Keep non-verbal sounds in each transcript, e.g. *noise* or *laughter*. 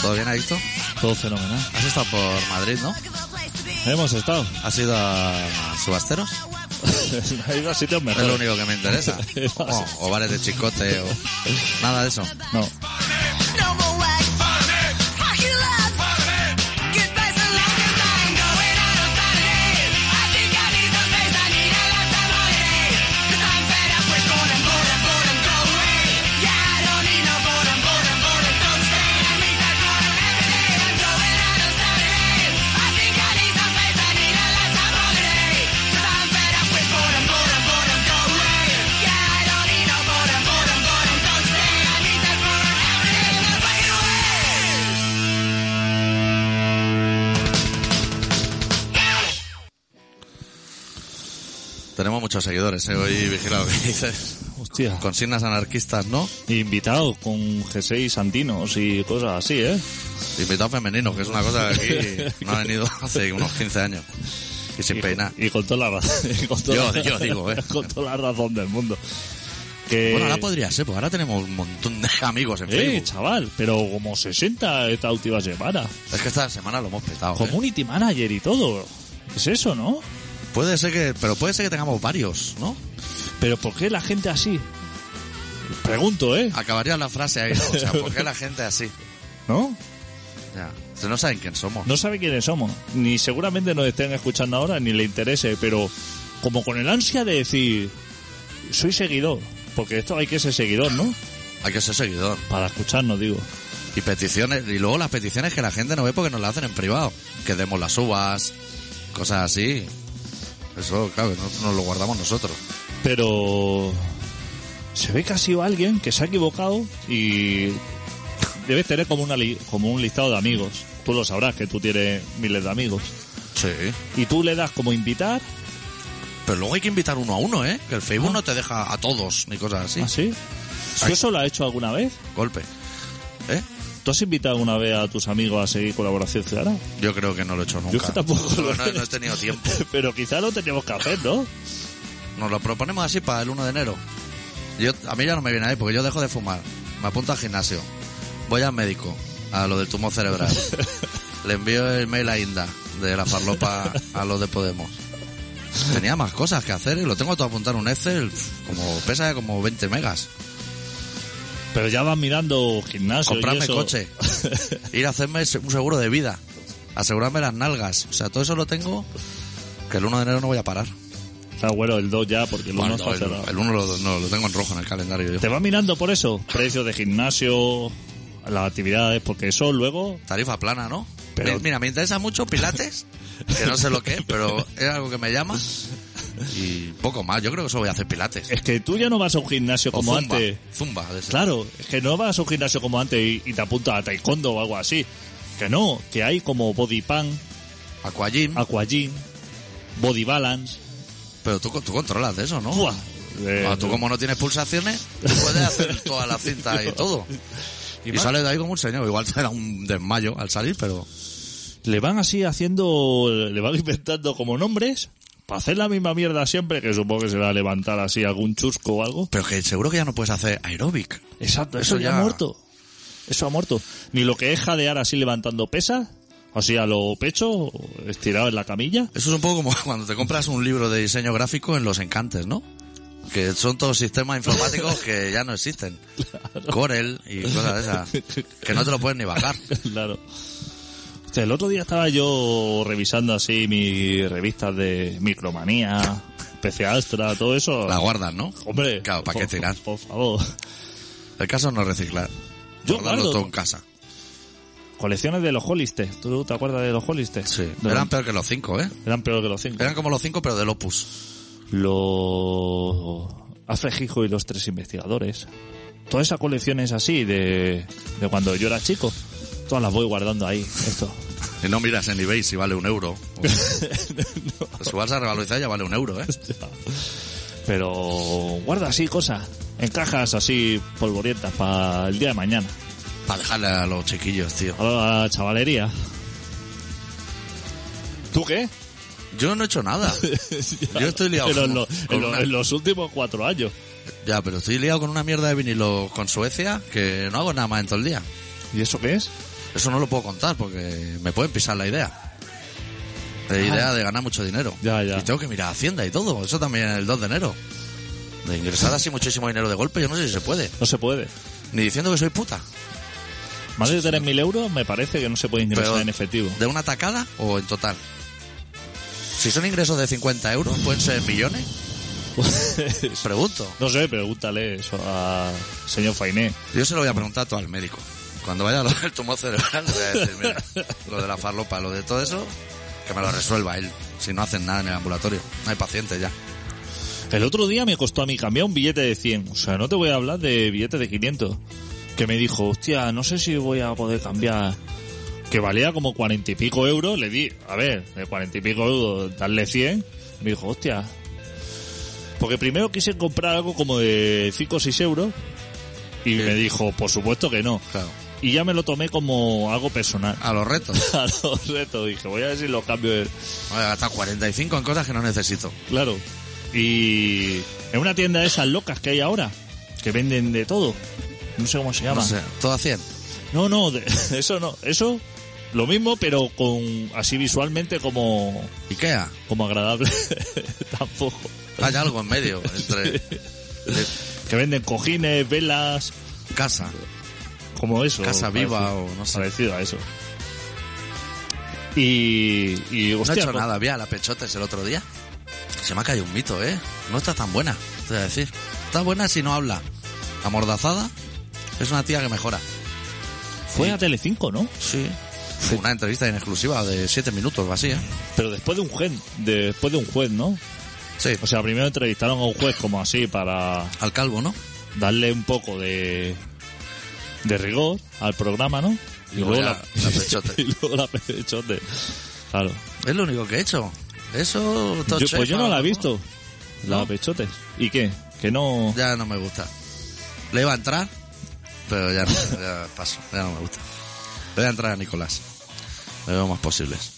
¿Todo bien, Adicto? Todo fenomenal. Has estado por Madrid, ¿no? Hemos estado. *laughs* ¿Has ido a Subasteros? Ha ido a sitios Es lo mejores. único que me interesa. O, o bares de chicote o nada de eso. No. No more wax. Fuck you, love. Goodbye's the longest I'm going out on Saturday. I think I need some space. I need a lifetime holiday. 'Cause I'm fed up with boredom, boredom, boredom. Go away. Yeah, I don't need no boredom, boredom, boredom. Don't stay. I need that boredom every day. I'm going out on Saturday. I think I need some space. I need a lifetime holiday. 'Cause I'm fed up with boredom, boredom, boredom. Go away. Yeah, I don't need no boredom, boredom, boredom. Don't stay. I need that boredom every day. I'm fading away. Tenemos muchos seguidores, ¿eh? Hoy vigilado que dices. Hostia. Consignas anarquistas, ¿no? Invitado con G6 Santinos y cosas así, ¿eh? Invitado femenino, que es una cosa que aquí no ha venido hace unos 15 años. Y sin peinar. *laughs* Y con toda la razón. Yo- yo digo, ¿eh? *laughs* Con toda la razón del mundo. Que... Bueno, ahora podría ser, porque ahora tenemos un montón de *laughs* amigos en Eh, Facebook. chaval, pero como 60 esta última semana. Es que esta semana lo hemos petado. ¿eh? Community manager y todo. Es eso, ¿no? Puede ser que, pero puede ser que tengamos varios, ¿no? Pero ¿por qué la gente así? Pregunto, ¿eh? Acabaría la frase ahí, ¿no? O *laughs* sea, ¿por qué la gente así? ¿No? Ya. Si no saben quién somos. No sabe quiénes somos. Ni seguramente nos estén escuchando ahora, ni le interese, pero como con el ansia de decir, soy seguidor. Porque esto hay que ser seguidor, ¿no? Hay que ser seguidor. Para escucharnos, digo. Y peticiones, y luego las peticiones que la gente no ve porque nos las hacen en privado. Que demos las uvas, cosas así. Eso, claro, que no, nos lo guardamos nosotros. Pero se ve que ha sido alguien que se ha equivocado y debes tener como, una li- como un listado de amigos. Tú lo sabrás que tú tienes miles de amigos. Sí. Y tú le das como invitar. Pero luego hay que invitar uno a uno, ¿eh? Que el Facebook Ah. no te deja a todos ni cosas así. ¿Así? ¿ah, ¿Tú Ay. eso lo has hecho alguna vez? Golpe. ¿Eh? ¿Tú has invitado alguna vez a tus amigos a seguir colaboración ciudadana? Yo creo que no lo he hecho nunca. Yo es que tampoco No, lo- no- no he *laughs* tenido tiempo. Pero quizá lo teníamos que hacer, ¿no? Nos lo proponemos así para el 1 de enero. Yo, a mí ya no me viene ahí porque yo dejo de fumar. Me apunto al gimnasio. Voy al médico, a lo del tumor *laughs* cerebral. Le envío el mail a Inda, de la farlopa a los de Podemos. Tenía más cosas que hacer y lo tengo todo apuntado en un Excel. pf, Como pesa ya como 20 megas. Pero ya vas mirando gimnasio. y Comprarme eso. *laughs* coche. Ir a hacerme se- un seguro de vida. Asegurarme las nalgas. O sea, todo eso lo tengo que el 1 de enero no voy a parar. O sea, bueno, el 2 ya, porque el 1 Bueno, está el, cerrado. el 1 lo, no, lo tengo en rojo en el calendario. yo. Te vas mirando por eso. Precios de gimnasio, las actividades, porque eso luego. Tarifa plana, ¿no? Pero- Mi- Mira, me interesa mucho *laughs* Pilates, que no sé lo que es, pero es algo que me llama. Y poco más, yo creo que solo voy a hacer Pilates. Es que tú ya no vas a un O gimnasio Eh, como Zumba. antes. Zumba, de ese. Claro, es que no vas a un gimnasio como antes y, y te apuntas a taekwondo o algo así. Que no, que hay como body pan, Aquagym, Ah. aquagym, body balance. pero tú, tú controlas de eso, ¿no? ¡Buah! Eh, Ah, tú como no tienes pulsaciones, tú puedes hacer toda la cinta y *laughs* todo. Y, más. sales de ahí como un señor. Igual te da un desmayo al salir, pero le van así haciendo, le van inventando como nombres para hacer la misma mierda siempre, que supongo que se va a levantar así algún chusco o algo. pero que seguro que ya no puedes hacer aeróbic. Exacto, eso eso, ya ya- ha muerto. Eso ha muerto. Ni lo que es jadear así levantando pesas, así a lo pecho, estirado en la camilla. *laughs* Eso es un poco como *laughs* cuando te compras un libro de diseño gráfico en los encantes, ¿no? Que son todos sistemas informáticos que ya no existen. Corel y cosas de esas. Que no te lo puedes ni bajar. Claro. Hostia, El otro día estaba yo revisando así mis revistas de micromanía, PC Astra, todo eso. La guardas, ¿no? Hombre, Claro, ¿para por- qué tirar? Por favor. El caso es no reciclar. Yo Guardarlo guardo. todo en casa. Colecciones de los Hollister. ¿Tú te acuerdas de los Hollister? Sí. De Eran peor que los cinco, ¿eh? Eran peor que los cinco. Eran como los cinco, pero del Opus. Los Alfred Hijo y los tres investigadores. Toda esa colección es así de, de cuando yo era chico. Todas las voy guardando ahí, esto. Y no miras en eBay si vale un *laughs* euro. Pues Si vas a revalorizar ya vale un euro, ¿eh? Pero guarda así cosas, en cajas así polvorientas para el día de mañana. Para dejarle a los chiquillos, tío. Ahora la chavalería. ¿Tú *laughs* qué? Yo no he hecho nada. Yo estoy liado. Pero en, con- lo- con en lo- una- en los últimos cuatro años. Ya, pero estoy liado con una mierda de vinilo con Suecia que no hago nada más en todo el día. ¿Y eso qué es? Eso no lo puedo contar porque me pueden pisar la idea. La idea de ganar mucho dinero. Ya, ya. Y tengo que mirar Hacienda y todo. Eso también el 2 de enero. De ingresar así muchísimo dinero de golpe, yo no sé si se puede. No se puede. Ni diciendo que soy puta. Más de 3.000 euros me parece que no se puede ingresar Pero- en efectivo. ¿De una tacada o en total? Si son ingresos de 50 euros, ¿pueden ser *laughs* millones? Pregunto. no sé, pregúntale eso al señor Fainé. Yo se lo voy a preguntar todo al médico. Cuando vaya a lo del tumor cerebral, le voy a decir, mira, lo de la farlopa, lo de todo eso, que me lo resuelva él. Si no hacen nada en el ambulatorio, no hay pacientes ya. El otro día me costó a mí cambiar un billete de 100. O sea, no te voy a hablar de billete de 500. Que me dijo, hostia, no sé si voy a poder cambiar. Que valía como 40 y pico euros. Le di, a ver, de 40 y pico euros, darle 100. Me dijo, hostia. Porque primero quise comprar algo como de 5 o 6 euros. Y me dijo, por supuesto que no. Claro. Y ya me lo tomé como algo personal. *laughs* A los retos. A los retos dije, voy a ver si lo cambio. de- Voy a gastar 45 en cosas que no necesito. Claro. Y en una tienda de esas locas que hay ahora, que venden de todo. No sé cómo se llama. No sé, todo a 100. No, no, de- *laughs* eso no. Eso, lo mismo, pero con así visualmente como, Ikea, como agradable. *laughs* Tampoco. hay algo en medio *laughs* entre Que venden cojines, velas, casa. como eso. Casa viva o no sé. Parecido a eso. Y, y No he hostia, pues. hecho co- nada, vi a la Pechotes el otro día. Se me ha caído un mito, ¿eh? No está tan buena, te voy a decir. Está buena si no habla. Amordazada es una tía que mejora. fue a Telecinco, ¿no? Sí. Una entrevista en exclusiva de 7 minutos o así, ¿eh? Pero después de un juez, después de un juez, ¿no? Sí. pues, O sea, primero entrevistaron a un juez como así para Al calvo, ¿no? darle un poco de, de rigor al programa, ¿no? Y luego la- la pechote. *laughs* y luego la pechote. Claro. Es lo único que he hecho. Eso... todo Yo- chef, pues yo no la he algo, visto, la ¿No? pechote. ¿Y qué? Que no... Ya no me gusta. Le iba a entrar, pero ya *laughs* no, ya paso, ya no me gusta. Le voy a entrar a Nicolás. Le veo más posibles.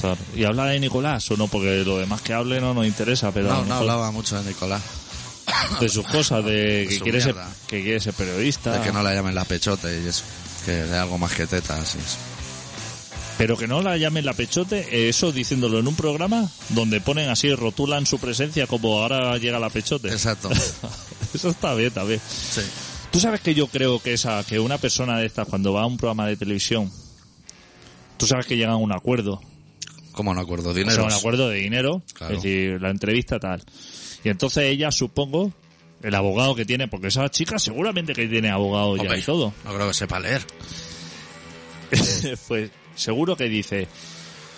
Claro. ¿Y habla de Nicolás o no? Porque lo demás que hable no nos interesa, pero a No, lo no mejor hablaba mucho de Nicolás. de sus cosas, de que, su quiere ser, mierda. que quiere ser periodista, De que no la llamen la pechote y eso. Que es algo más que tetas y eso. pero que no la llamen la pechote, eh, eso diciéndolo en un programa donde ponen así, rotulan su presencia como ahora llega la pechote. Exacto. *laughs* Eso está bien también. Sí. Tú sabes que yo creo que esa, que una persona de estas cuando va a un programa de televisión, tú sabes que llegan a un acuerdo, ¿Cómo no acuerdo? o Dinero. sea, un acuerdo de dinero, Claro. es decir, la entrevista tal. Y entonces ella, supongo, el abogado que tiene, porque esa chica seguramente que tiene abogado ya Hombre, y *laughs* todo, *laughs* No creo que sepa leer. pues seguro que dice,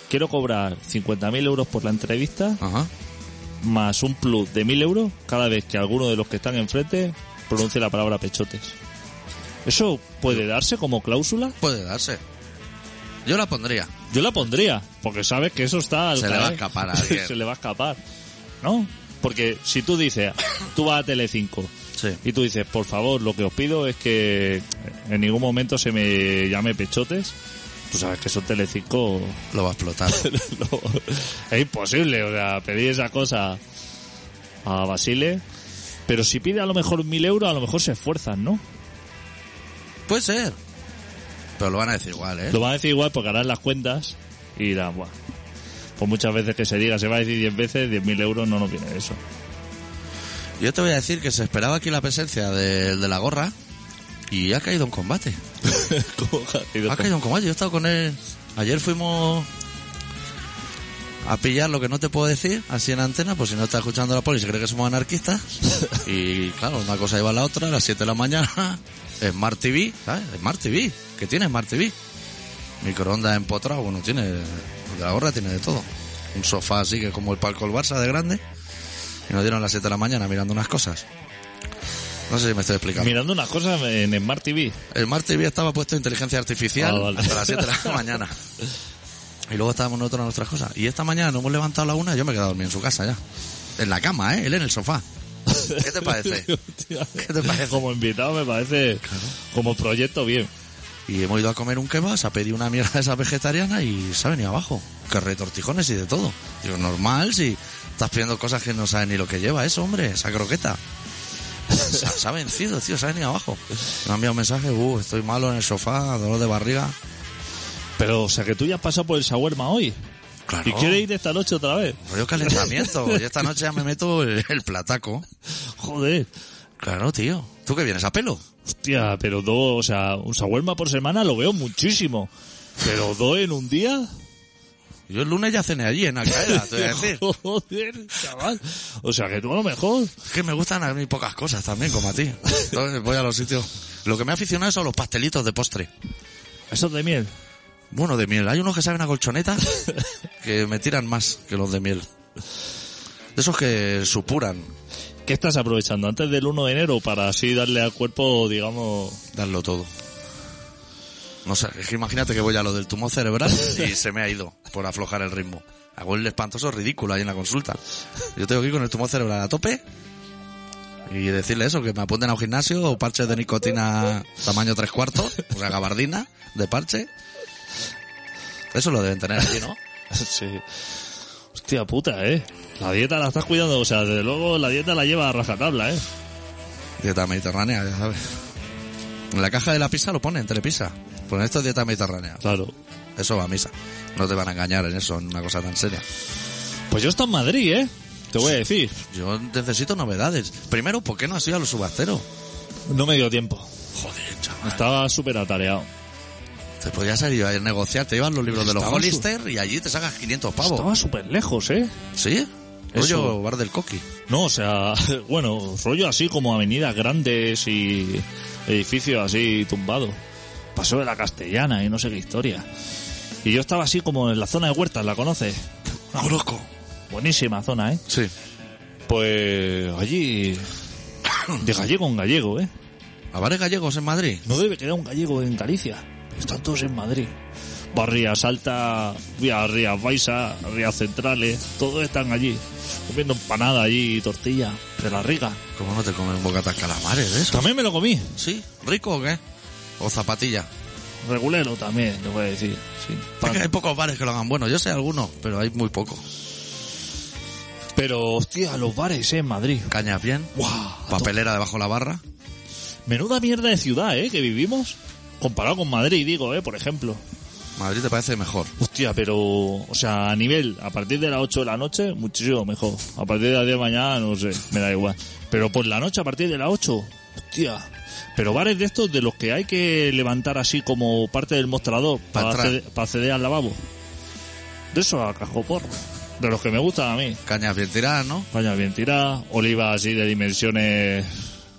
quiero cobrar 50.000 euros por la entrevista, Ajá. más un plus de 1.000 euros cada vez que alguno de los que están enfrente pronuncie la palabra pechotes. ¿Eso puede darse como cláusula? Puede darse. Yo la pondría. Yo la pondría, porque sabes que eso está... al Se le va caer. a escapar a alguien. *laughs* Se le va a escapar, ¿no? Porque si tú dices, tú vas a Telecinco Sí. y tú dices, por favor, lo que os pido es que en ningún momento se me llame pechotes, tú sabes que eso Telecinco *laughs* Lo va a explotar. no, es imposible, o sea, pedir esa cosa a Basile. Pero si pide a lo mejor mil euros, a lo mejor se esfuerzan, ¿no? *laughs* Puede ser. Pero lo van a decir igual, ¿eh? Lo van a decir igual porque harán las cuentas y dirán, "Buah". Pues muchas veces que se diga, se va a decir 10 veces, 10.000 euros no nos viene eso. Yo te voy a decir que se esperaba aquí la presencia del de la gorra y ha caído en combate. ¿Cómo Ah, que ha sido? Ha caído en combate. Yo he estado con él. Ayer fuimos a pillar lo que no te puedo decir, así en antena, pues si no está escuchando la poli se cree que somos anarquistas. Y claro, una cosa lleva a la otra, a las 7 de la mañana, Smart TV, ¿sabes? Smart TV, que tiene Smart TV. Microondas empotrado, bueno, tiene. De la gorra tiene de todo. Un sofá así que como el palco del Barça de grande. Y nos dieron a las 7 de la mañana mirando unas cosas. No sé si me estoy explicando. Mirando unas cosas en Smart TV. El Marte TV estaba puesto en inteligencia artificial Ah, vale. hasta las 7 de *laughs* la mañana. Y luego estábamos nosotros en nuestras cosas. Y esta mañana nos hemos levantado a la una y yo me he quedado dormido en su casa ya. En la cama, ¿eh? Él en el sofá. ¿Qué te *laughs* parece? Hostia. ¿Qué te parece? Como invitado me parece como proyecto bien. Y hemos ido a comer un kebab, se ha pedido una mierda de esas vegetarianas y se ha venido abajo. Que retortijones y de todo. Digo, normal si estás pidiendo cosas que no sabes ni lo que lleva eso, hombre, esa croqueta. Se, se ha vencido, tío, se ha venido abajo. Me ha enviado un mensaje, uh, estoy malo en el sofá, dolor de barriga. Pero, o sea, que tú ya has pasado por el shawarma hoy. Claro. Y quieres ir esta noche otra vez. Rollo calentamiento. Yo esta noche ya me meto el, el plataco. Joder. Claro, tío. ¿Tú qué vienes a pelo? Hostia, pero dos, o sea, un shawarma por semana lo veo muchísimo. Pero dos en un día. Yo el lunes ya cené allí en Alcaeda, te voy a *laughs* decir. Joder, chaval. O sea, que tú a lo mejor. Es que me gustan a mí pocas cosas también, como a ti. Entonces voy a los sitios. Lo que me ha aficionado son los pastelitos de postre. Eso de miel. Bueno, de miel. Hay unos que saben a colchoneta que me tiran más que los de miel. De esos que supuran ¿Qué estás aprovechando antes del 1 de enero para así darle al cuerpo, digamos... *laughs* darlo todo. No sé, es que imagínate que voy a lo del tumor cerebral y se me ha ido por aflojar el ritmo. Hago el espantoso ridículo ahí en la consulta. Yo tengo que ir con el tumor cerebral a tope y decirle eso, que me apunten a un gimnasio o parches de nicotina tamaño tres cuartos, o sea, gabardina de parche. Eso lo deben tener allí, ¿no? sí. Hostia puta, ¿eh? La dieta la estás cuidando, o sea, desde luego la dieta la lleva a rajatabla, ¿eh? Dieta mediterránea, ya sabes. En la caja de la pizza lo ponen, telepizza. Ponen esto es dieta mediterránea. Claro. Eso va a misa. No te van a engañar en eso, en una cosa tan seria. Pues yo estoy en Madrid, ¿eh? Te voy a decir. Yo necesito novedades. Primero, ¿por qué no has ido a los subasteros? No me dio tiempo. Joder, chaval. Estaba súper atareado. Te podías ir a negociar, te ibas los libros de los Estaba Hollister y allí te sacas 500 pavos. Estaba súper lejos, ¿eh? ¿Sí? Eso. Rollo bar del coqui. No, o sea, *laughs* bueno, rollo así como avenidas grandes y edificios así tumbados. Paseo de la Castellana y no sé qué historia. Y yo estaba así como en la zona de Huertas, ¿la conoces? ¡Conozco! Buenísima zona, ¿eh? Sí. Pues allí... *coughs* De gallego en gallego, ¿eh? ¿A bares gallegos en Madrid? No debe quedar un gallego en Galicia. Están todos en Madrid. Barrías altas, vía Rías Baixas, Rías Centrales, todos están allí. Comiendo empanada allí, tortilla, de la rica. ¿Cómo no te comen bocatas calamares de eso? También me lo comí. ¿Sí? ¿Rico o qué? ¿O zapatilla? Regulero también, te voy a decir. sin Es pan. que hay pocos bares que lo hagan bueno. Yo sé algunos, pero hay muy pocos. Pero, hostia, los bares, eh, en Madrid. Cañas bien. Guau, a Papelera debajo de la barra. to- Menuda mierda de ciudad, eh, que vivimos. Comparado con Madrid, digo, eh, por ejemplo. Madrid te parece mejor. Hostia, pero, o sea, a nivel, a partir de las 8 de la noche, muchísimo mejor. A partir de las 10 de la mañana, no sé, me da igual. Pero por la noche, a partir de las 8, hostia. Pero bares de estos, de los que hay que levantar así como parte del mostrador Pa' para, atrás. acceder, para acceder al lavabo. De eso a cajopor. De los que me gustan a mí. Cañas bien tiradas, ¿no? Caña bien tirada, oliva así de dimensiones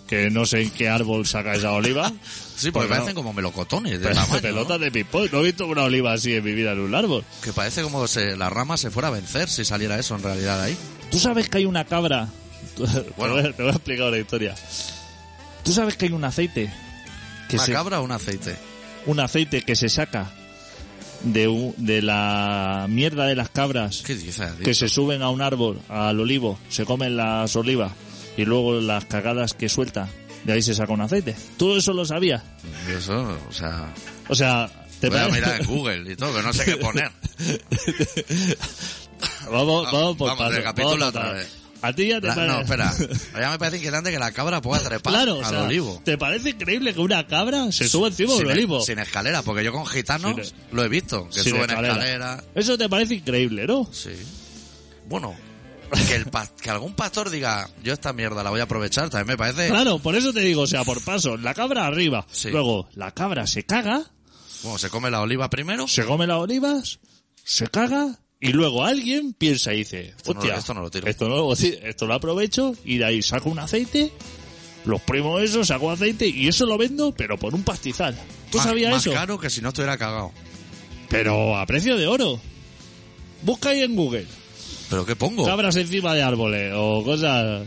que no sé en qué árbol saca esa oliva. *laughs* Sí, porque Pues no. parecen como melocotones de Pero tamaño, pelotas ¿no? de ping-pong. No he visto una oliva así en mi vida en un árbol. Que parece como se, la rama se fuera a vencer si saliera eso en realidad ahí. ¿Tú sabes que hay una cabra? *laughs* Te Bueno. voy a- te voy a explicar la historia. ¿Tú sabes que hay un aceite? Que ¿Una se- cabra o un aceite? un aceite que se saca de, u- de la mierda de las cabras ¿Qué dices? que se suben a un árbol, al olivo, se comen las olivas y luego las cagadas que suelta, de ahí se saca un aceite. ¿Tú eso lo sabías? Eso, o sea... O sea, te Voy a parece- mirar en Google y todo, que no sé qué poner. *laughs* vamos, vamos por Vamos, paso, recapitula vamos otra por vez. paso. A ti ya *laughs* te La- parece. no, *laughs* espera. Ya me parece inquietante que la cabra pueda trepar Claro, o al sea, olivo. ¿te parece increíble que una cabra se suba encima de sin, un e- olivo? sin escalera, porque yo con gitanos Sin- e- lo he visto, que Sin suben escalera. escalera. Eso te parece increíble, ¿no? Sí. Bueno, que, el pas- que algún pastor diga, yo esta mierda la voy a aprovechar, también me parece... Claro, por eso te digo, o sea, por paso, la cabra arriba, Sí. luego la cabra se caga, Bueno, se come la oliva primero. se come las olivas, se caga y luego alguien piensa y dice, Esto no lo- hostia, esto no lo tiro". Esto, no lo- esto lo aprovecho y de ahí saco un aceite, los primos eso, saco aceite y eso lo vendo, pero por un pastizal. ¿Tú más- sabías más eso? caro que si no estuviera cagado. Pero a precio de oro. Busca ahí en Google. ¿Pero qué pongo? Cabras encima de árboles o cosas...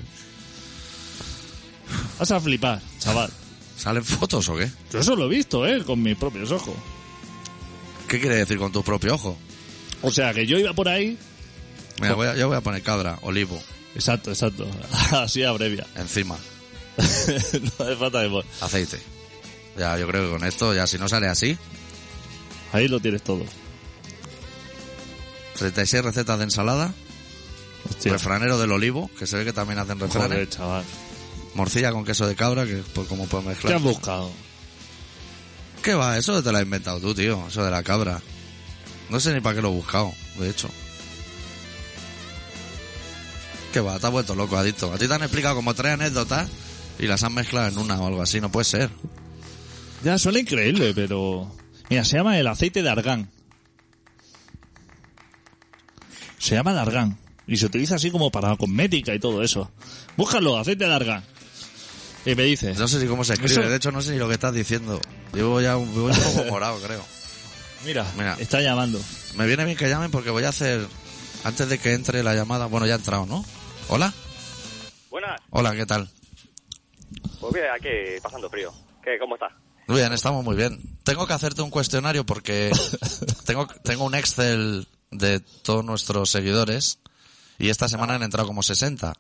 Vas a flipar, chaval. ¿Salen fotos o qué? Yo eso lo he visto, ¿eh? Con mis propios ojos. ¿Qué quiere decir con tu propio ojo? O sea, que yo iba por ahí. Mira, voy a- yo voy a poner cabra, olivo, Exacto, exacto. *laughs* Así abrevia. *laughs* encima, no hace falta que... pon- aceite. Ya, yo creo que con esto, ya si no sale así, Ahí lo tienes todo. 36 recetas de ensalada, Hostia. refranero del olivo, que se ve que también hacen refranes, Joder, chaval. morcilla con queso de cabra, que pues como puedo ¿Qué mezclar. has buscado? ¿Qué va? Eso te lo has inventado tú, tío. Eso de la cabra. No sé ni para qué lo he buscado, de hecho. ¿Qué va? Te has vuelto loco, adicto. A ti te han explicado como tres anécdotas y las han mezclado en una o algo así. No puede ser. Ya, suena increíble, pero... Mira, se llama el aceite de argán. Se llama de argán. Y se utiliza así como para cosmética y todo eso. Búscalo, aceite de argán. Y me dices... No sé ni cómo se escribe. Eso- De hecho, no sé ni lo que estás diciendo. Llevo ya un, voy un poco morado, creo. Mira, Mira. está llamando. Me viene bien que llamen porque voy a hacer... Antes de que entre la llamada... Bueno, ya ha entrado, ¿no? ¿Hola? Buenas, Hola, ¿qué tal? pues bien, aquí pasando frío. ¿Qué, ¿Cómo estás? Bien, estamos muy bien. Tengo que hacerte un cuestionario porque tengo, tengo un Excel de todos nuestros seguidores y esta semana han entrado como 60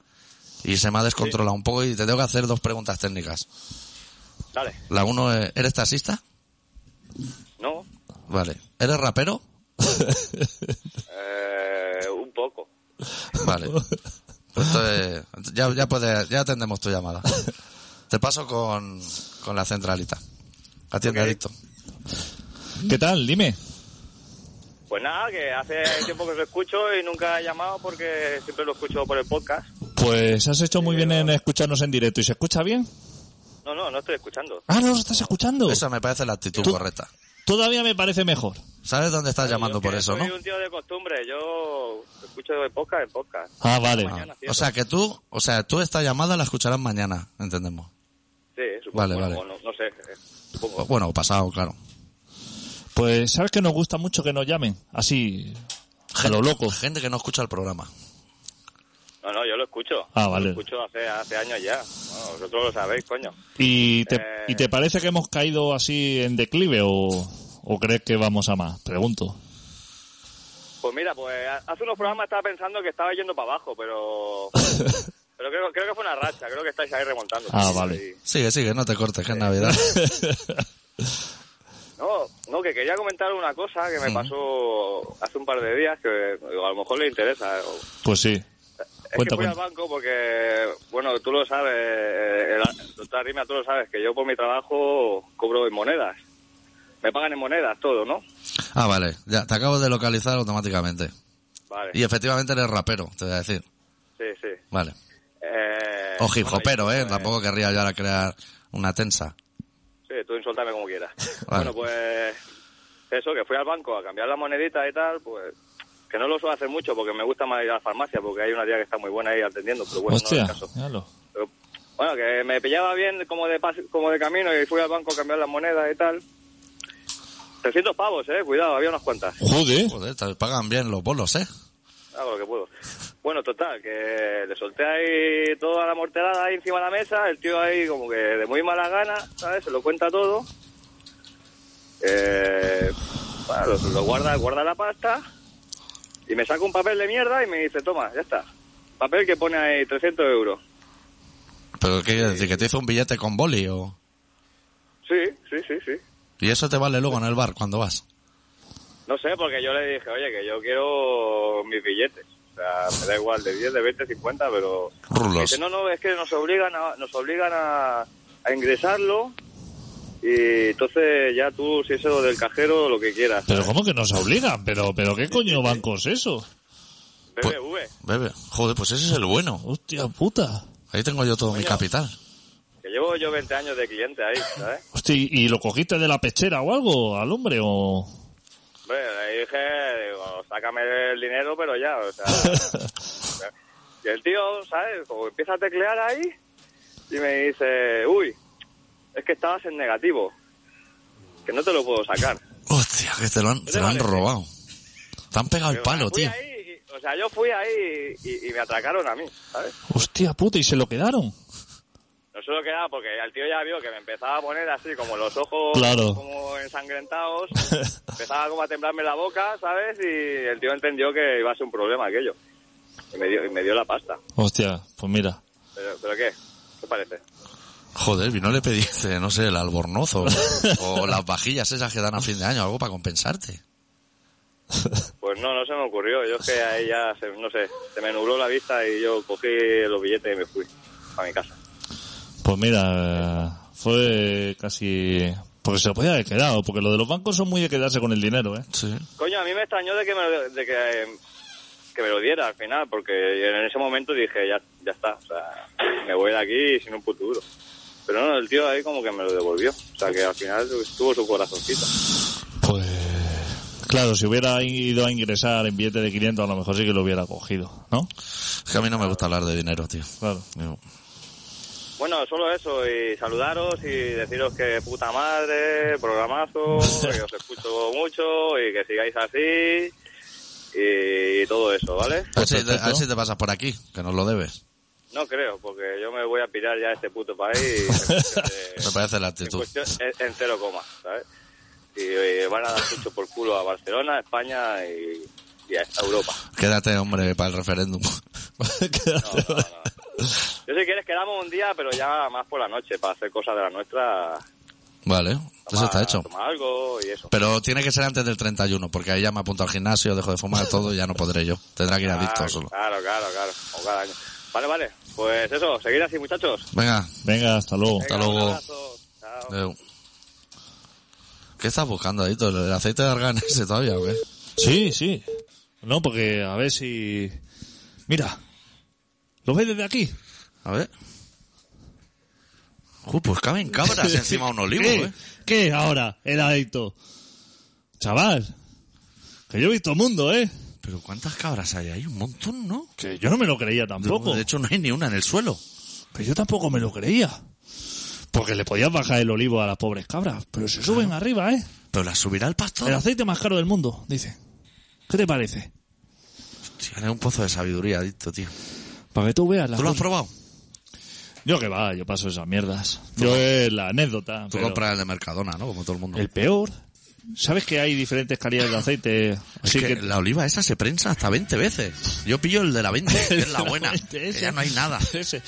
y se me ha descontrolado un poco y te tengo que hacer dos preguntas técnicas. Dale, La uno es, ¿eres taxista? ¿no? Vale. ¿Eres rapero? Eh, un poco. Vale. Pues entonces, ya, ya, puedes- ya atendemos tu llamada. Te paso con, con la centralita. Atiende, Ok. adicto. ¿Qué tal? Dime. Pues nada, que hace tiempo que os escucho y nunca he llamado porque siempre lo escucho por el podcast. Pues has hecho muy bien en escucharnos en directo. ¿Y se escucha bien? No, no, no estoy escuchando. Ah, no, lo estás escuchando. Esa me parece la actitud Tú- correcta. Todavía me parece mejor. ¿Sabes dónde estás llamando Yo que por eso, no? Soy un tío de costumbre, yo escucho de podcast en podcast. Ah, vale. Mañana. O sea que tú, o sea, tú esta llamada la escucharás mañana, entendemos. Sí, supongo. Vale, bueno, vale. No, no sé, eh, O- supongo. Bueno, pasado, claro. Pues sabes que nos gusta mucho que nos llamen. Así, a lo loco. Gente que no escucha el programa. No, no, yo lo escucho. Ah, vale. Lo escucho hace, hace años ya. Bueno, vosotros lo sabéis, coño. ¿Y te, Eh. ¿Y te parece que hemos caído así en declive o, o crees que vamos a más? Pregunto. Pues mira, pues hace unos programas estaba pensando que estaba yendo para abajo, *laughs* pero. pero creo, creo que fue una racha, creo que estáis ahí remontando. Ah, vale. Sigue, sigue, no te cortes, que es *laughs* Navidad. No, no, que quería comentar una cosa que me pasó hace un par de días que digo, a lo mejor le interesa. Es Pues sí. Cuenta, que fui cuenta. al banco porque, bueno, tú lo sabes, eh, el doctor Rima, tú lo sabes, que yo por mi trabajo cobro en monedas. Me pagan en monedas todo, ¿no? Ah, vale, ya, te acabo de localizar automáticamente. Vale. Y efectivamente eres rapero, te voy a decir. Sí, sí. Vale. Eh, O hip bueno, hopero, yo- eh, tampoco querría yo ahora crear una tensa. Sí, tú insultame como quieras. Vale. Bueno, pues eso, que fui al banco a cambiar la monedita y tal, pues que no lo suelo hacer mucho porque me gusta más ir a la farmacia porque hay una tía que está muy buena ahí atendiendo, pero bueno, Hostia, no es el caso. míralo. Pero, bueno, que me pillaba bien como de pas- como de camino y fui al banco a cambiar las monedas y tal. 300 pavos, eh, cuidado, había unas cuantas. Joder. Joder, te pagan bien los bolos, eh. Hago lo que puedo. Bueno, total, que le solté ahí toda la morterada ahí encima de la mesa, el tío ahí como que de muy mala gana, ¿sabes? Se lo cuenta todo. Eh, bueno, lo, lo guarda, guarda la pasta y me saca un papel de mierda y me dice, toma, ya está. Papel que pone ahí 300 euros. Pero ¿qué quiere decir? ¿Que te hizo un billete con boli o...? Sí, sí, sí, sí. Y eso te vale luego en el bar cuando vas. No sé, porque yo le dije, oye, que yo quiero mis billetes. O sea, me da igual, de 10, de 20, 50, pero... Rulos. Dice, no, no, es que nos obligan a, nos obligan a, a ingresarlo y entonces ya tú, si eso del cajero, lo que quieras. Pero ¿cómo que nos obligan? ¿Pero pero qué coño banco es eso? pues BBV. Bebe. Joder, pues ese es el bueno. Hostia puta. Ahí tengo yo todo mi capital. Que llevo yo 20 años de cliente ahí, ¿sabes? Hostia, ¿y lo cogiste de la pechera o algo al hombre o...? Hombre, le dije, digo, sácame el dinero, pero ya, o sea... *laughs* y el tío, ¿sabes? Como empieza a teclear ahí y me dice, uy, es que estabas en negativo, que no te lo puedo sacar. Hostia, que te lo han, te lo han parece? robado. Te han pegado el Pero palo, fui tío. ahí y- o sea, yo fui ahí y, y- y me atracaron a mí, ¿sabes? Hostia puta, ¿y se lo quedaron? No solo quedaba porque el tío ya vio que me empezaba a poner así como los ojos Claro. como ensangrentados, empezaba como a temblarme la boca, ¿sabes? Y el tío entendió que iba a ser un problema aquello. Y me dio, y me dio la pasta. Hostia, pues mira. ¿Pero, pero qué? ¿Qué parece? Joder, y no le pediste, no sé, el albornoz *laughs* o, o las vajillas esas que dan a fin de año, algo para compensarte. Pues no, no se me ocurrió. Yo es que ahí ya, se- no sé, se me nubló la vista y yo cogí los billetes y me fui a mi casa. Pues mira, fue casi... Porque se lo podía haber quedado, porque lo de los bancos son muy de quedarse con el dinero, ¿eh? Sí. Coño, a mí me extrañó de que me, lo- de que, eh, que me lo diera al final, porque en ese momento dije, ya, ya está, o sea, me voy de aquí sin un futuro. Pero no, el tío ahí como que me lo devolvió. O sea, que al final tuvo su corazoncito. Pues... Claro, si hubiera ido a ingresar en billete de 500, a lo mejor sí que lo hubiera cogido, ¿no? Es que a mí no me gusta hablar de dinero, tío. Claro. Yo- Bueno, solo eso, y saludaros y deciros que puta madre, programazo, que os escucho mucho y que sigáis así y, todo eso, ¿vale? A ver si te- a perfecto. ver si te pasas por aquí, que nos lo debes. No creo, porque yo me voy a pirar ya a este puto país. eh, Me parece la en, actitud. cuestión- en- en cero coma, ¿sabes? Y, eh, van a dar mucho por culo a Barcelona, España y, y a Europa. Quédate, hombre, para el referéndum. No, no, no. Yo si quieres quedamos un día, pero ya más por la noche, para hacer cosas de la nuestra. Vale, eso tomar- está hecho. Tomar algo y eso. Pero tiene que ser antes del 31, porque ahí ya me apunto al gimnasio, dejo de fumar todo y ya no podré yo. Tendrá que ir adicto claro, solo. claro, claro, claro, como cada año. Vale, vale. Pues eso, seguir así, muchachos. Venga, Venga, hasta luego. Hasta Venga, un luego. abrazo. Chao. Leo. ¿Qué estás buscando, Adito? ¿El aceite de argán ese *laughs* todavía o qué? Sí, sí. No, porque a ver si... Mira. ¿Lo ves desde aquí? A ver. Uy, pues caben *laughs* cabras encima de un olivo, ¿Qué? ¿eh? ¿Qué ahora, el adicto? Chaval, que yo he visto mundo, ¿eh? Pero ¿cuántas cabras hay? Hay un montón, ¿no? Que yo no me lo creía tampoco. De hecho, no hay ni una en el suelo. Que yo tampoco me lo creía. Porque le podías bajar el olivo a las pobres cabras. Pero se suben arriba, ¿eh? Pero las subirá el pastor. El aceite más caro del mundo, dice. ¿Qué te parece? Tiene un pozo de sabiduría, Adito, tío. Para que tú veas la... ¿Tú lo has probado? Yo que va, yo paso esas mierdas. Yo es la anécdota. Tú pero compras el de Mercadona, ¿no? Como todo el mundo. El peor... ¿Sabes que hay diferentes calidades de aceite? Es Así que, la oliva esa se prensa hasta 20 veces. Yo pillo el de la 20, que es *laughs* la buena. Exactamente, ese. Ya no hay nada. *laughs* Ese.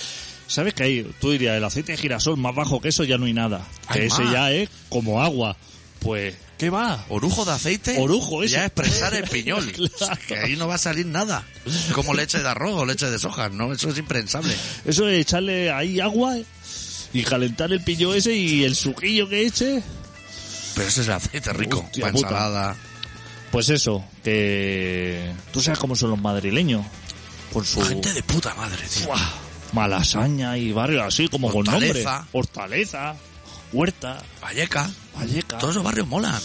¿Sabes que hay? Tú dirías, el aceite de girasol más bajo que eso ya no hay nada. Hay que ese más. ya es como agua. Pues, ¿qué va? Orujo de aceite. Orujo, ese. Ya es prensar el piñol. *laughs* Claro. Que ahí no va a salir nada. Como leche de arroz o leche de soja, ¿no? Eso es imprensable. Eso de echarle ahí agua y calentar el pillo ese y el suquillo que eche. Pero ese es el aceite rico. Hostia para puta. ensalada. Pues eso, que... Tú sabes cómo son los madrileños. Con su... Gente de puta madre, tío. ¡Buah! Malasaña y barrios así, como con Hortaleza. nombre. Hortaleza. Huerta. Valleca. Valleca. Todos esos barrios molan.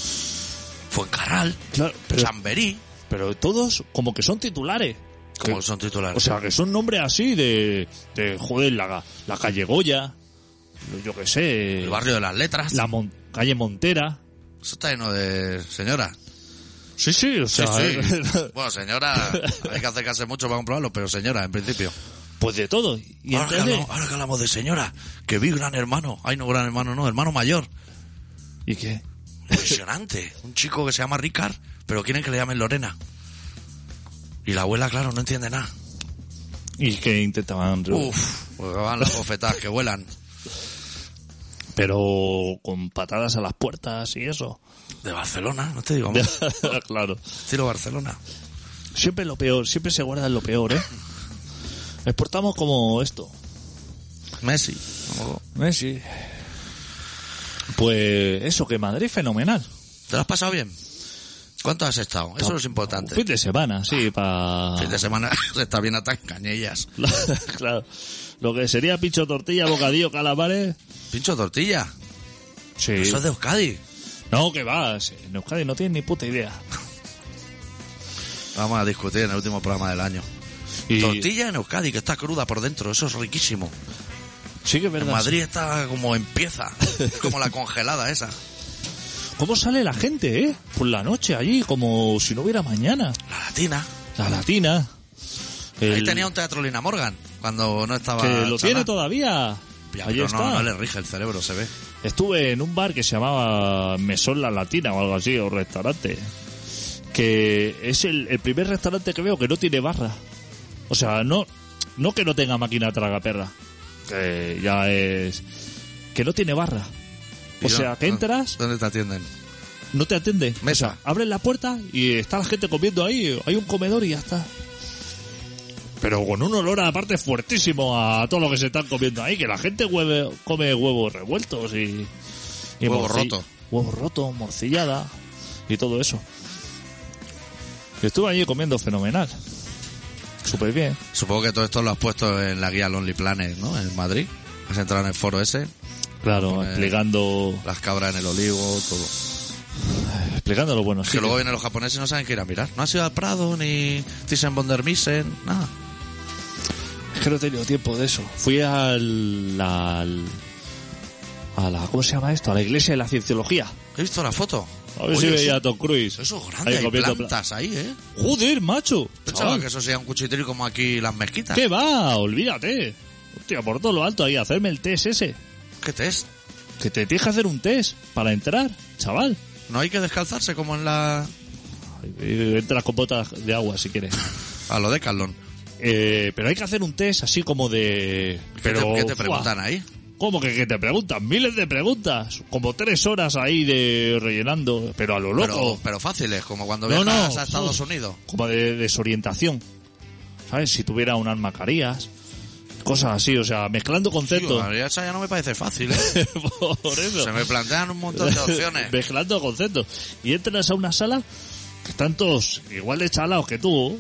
Fuencarral. Claro, pero, Chamberí. pero todos como que son titulares. Como Que- son titulares. O sea, que son nombres así de, de joder, la, la calle Goya, yo qué sé, el barrio de las letras. la Mon- calle Montera. Eso está lleno de señoras. Sí, sí, o Sí, eh. sea, sí. *laughs* bueno, señora, hay que acercarse mucho para comprobarlo, pero señora, en principio. *laughs* pues de todo. Y ahora, que entonces, hablamos, ahora que hablamos de señora, que vi gran hermano. Ay, no, gran hermano, no, hermano mayor. ¿Y qué? *laughs* Impresionante. Un chico que se llama Ricard, pero quieren que le llamen Lorena. Y la abuela, claro, no entiende nada. ¿Y qué intentaban? Uf, pues van las bofetadas que vuelan. Pero con patadas a las puertas y eso. *laughs* De Barcelona, no te digo más. claro. Estilo Barcelona. Siempre lo peor, siempre se guarda lo peor, ¿eh? Exportamos como esto. Messi. como- Messi. Pues eso, que Madrid fenomenal. ¿Te lo has pasado bien? ¿Cuánto has estado? Eso es lo importante. Fin de semana, sí, para... Fin de semana *laughs* se está bien a tan cañellas. *laughs* claro. Lo que sería picho tortilla, bocadillo, calamares. Pincho tortilla. Sí. Eso es de Euskadi. No, que va. sí. En Euskadi no tienes ni puta idea. Vamos a discutir en el último programa del año. Y- Tortilla en Euskadi, que está cruda por dentro, eso es riquísimo. Sí que En es verdad. Madrid está como *laughs* empieza, es como la congelada esa. ¿Cómo sale la gente, eh? Por la noche allí, como si no hubiera mañana. La latina. La latina. Ahí el- tenía un teatro Lina Morgan, cuando no estaba... Que lo Chalá. tiene todavía. Ya, Ahí pero está. No, no le rige el cerebro, se ve. Estuve en un bar que se llamaba Mesón La Latina o algo así, o restaurante. Que es el, el primer restaurante que veo que no tiene barra. O sea, no, no que no tenga máquina tragaperra. Que ya es. Que no tiene barra. O Y yo- sea, que entras, ¿Dónde te atienden? no te atiende. Mesa. Abren la puerta y está la gente comiendo ahí. Hay un comedor y ya está. Pero con un olor aparte fuertísimo a todo lo que se están comiendo ahí, que la gente hueve- come huevos revueltos y... y Huevo morci- roto. Huevo roto, morcillada y todo eso. Y estuve allí comiendo fenomenal. Súper bien. Supongo que todo esto lo has puesto en la guía Lonely Planet, ¿no? En Madrid. Has entrado en el foro ese, Claro, Pone- explicando, las cabras en el olivo, todo. explicando lo bueno. Que luego vienen los japoneses y no saben qué ir a mirar. No has ido al Prado, ni Thyssen von der Miesen, nada. Es que no he tenido tiempo de eso. Fui al, al- a la, ¿cómo se llama esto? A la iglesia de la cienciología. He visto la foto. A ver Oye, si veía eso- a Tom Cruise. Eso es grande, Ahí hay comiendo plantas ahí, ¿eh? pla- Joder, macho. Pensaba Chaval, que eso sea un cuchitril como aquí las mezquitas. ¿Qué va? Olvídate. Hostia, por todo lo alto ahí, hacerme el test ese. ¿Qué test? Que te tienes que hacer un test para entrar, chaval. No hay que descalzarse como en la... Y Entras con botas de agua si *laughs* quieres. A lo de Carlón. Eh, pero hay que hacer un test así como de... Pero, ¿Qué te ¡fua! preguntan ahí? ¿Cómo que, que te preguntan? Miles de preguntas. Como tres horas ahí de rellenando, pero a lo loco. Pero, pero fáciles, como cuando No, viajas no. a Estados Unidos. Como de desorientación. ¿Sabes? Si tuviera unas mascarillas. Cosas así, o sea, mezclando Digo, conceptos. la verdad, esa ya no me parece fácil, ¿eh? *laughs* Por eso. Se me plantean un montón *laughs* de opciones. Mezclando conceptos. Y entras a una sala que están todos igual de chalaos que tú.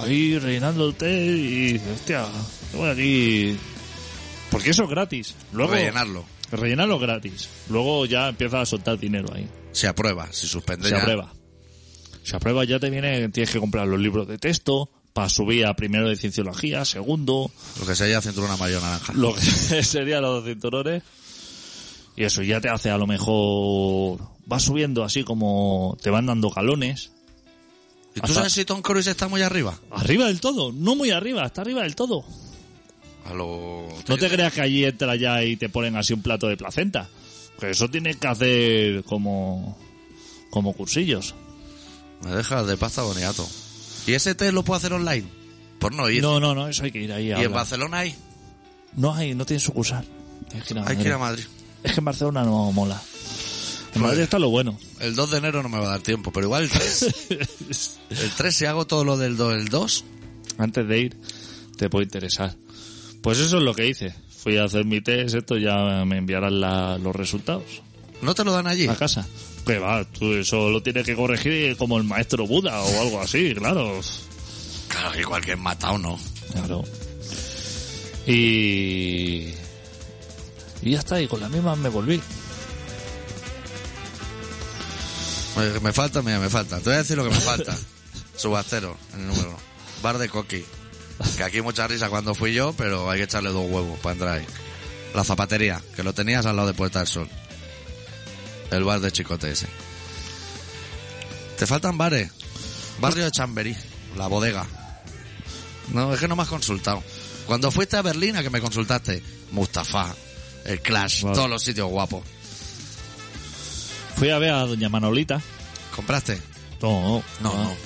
Ahí rellenando el té y dices, hostia, qué bueno aquí. Porque eso es gratis. Luego, Rellenarlo. Rellenarlo gratis. Luego ya empiezas a soltar dinero ahí. Se aprueba, si suspende Se ya. aprueba. Se aprueba, ya te viene, tienes que comprar los libros de texto para subir a primero de cienciología, segundo, Lo que sea ya cinturón amarillo naranja. lo que *laughs* serían los cinturones. Y eso ya te hace a lo mejor. Vas subiendo así como te van dando galones. ¿Y tú Hasta- sabes si Tom Cruise está muy arriba? Arriba del todo, no muy arriba, está arriba del todo. A lo... No te creas que allí entra ya y te ponen así un plato de placenta. Que eso tienes que hacer como. como cursillos. Me dejas de pasta boniato. ¿Y ese test lo puedo hacer online? Por no ir. No, no, no, eso hay que ir ahí a ¿Y en hablar. Barcelona hay? No hay, no tiene sucursal. Tienes que ir a Hay que Madrid. ir a Madrid. Es que en Barcelona no mola. En Madrid está lo bueno. El 2 de enero no me va a dar tiempo, pero igual el 3. el 3 si hago todo lo del 2, el 2. antes de ir te puede interesar. Pues eso es lo que hice. Fui a hacer mi test, esto ya me enviarán la- los resultados ¿No te lo dan allí? a casa. Que va, tú eso lo tienes que corregir como el maestro Buda o algo así, claro. Claro, igual que en Matao no. Claro. Y... Y ya está, y con las mismas me volví. Me, me falta, mira, me falta. Te voy a decir lo que me falta. Subastero, en el número uno. Bar de Coqui. Que aquí mucha risa cuando fui yo, pero hay que echarle dos huevos para entrar ahí. La zapatería, que lo tenías al lado de Puerta del Sol. El bar de Chicote ese. Te faltan bares. Barrio de Chamberí, la bodega. No, es que no me has consultado. Cuando fuiste a Berlín, ¿a que me consultaste? Mustafa, el Clash, Vale. todos los sitios guapos. Fui a ver a doña Manolita. ¿Compraste? No, No, ah, no.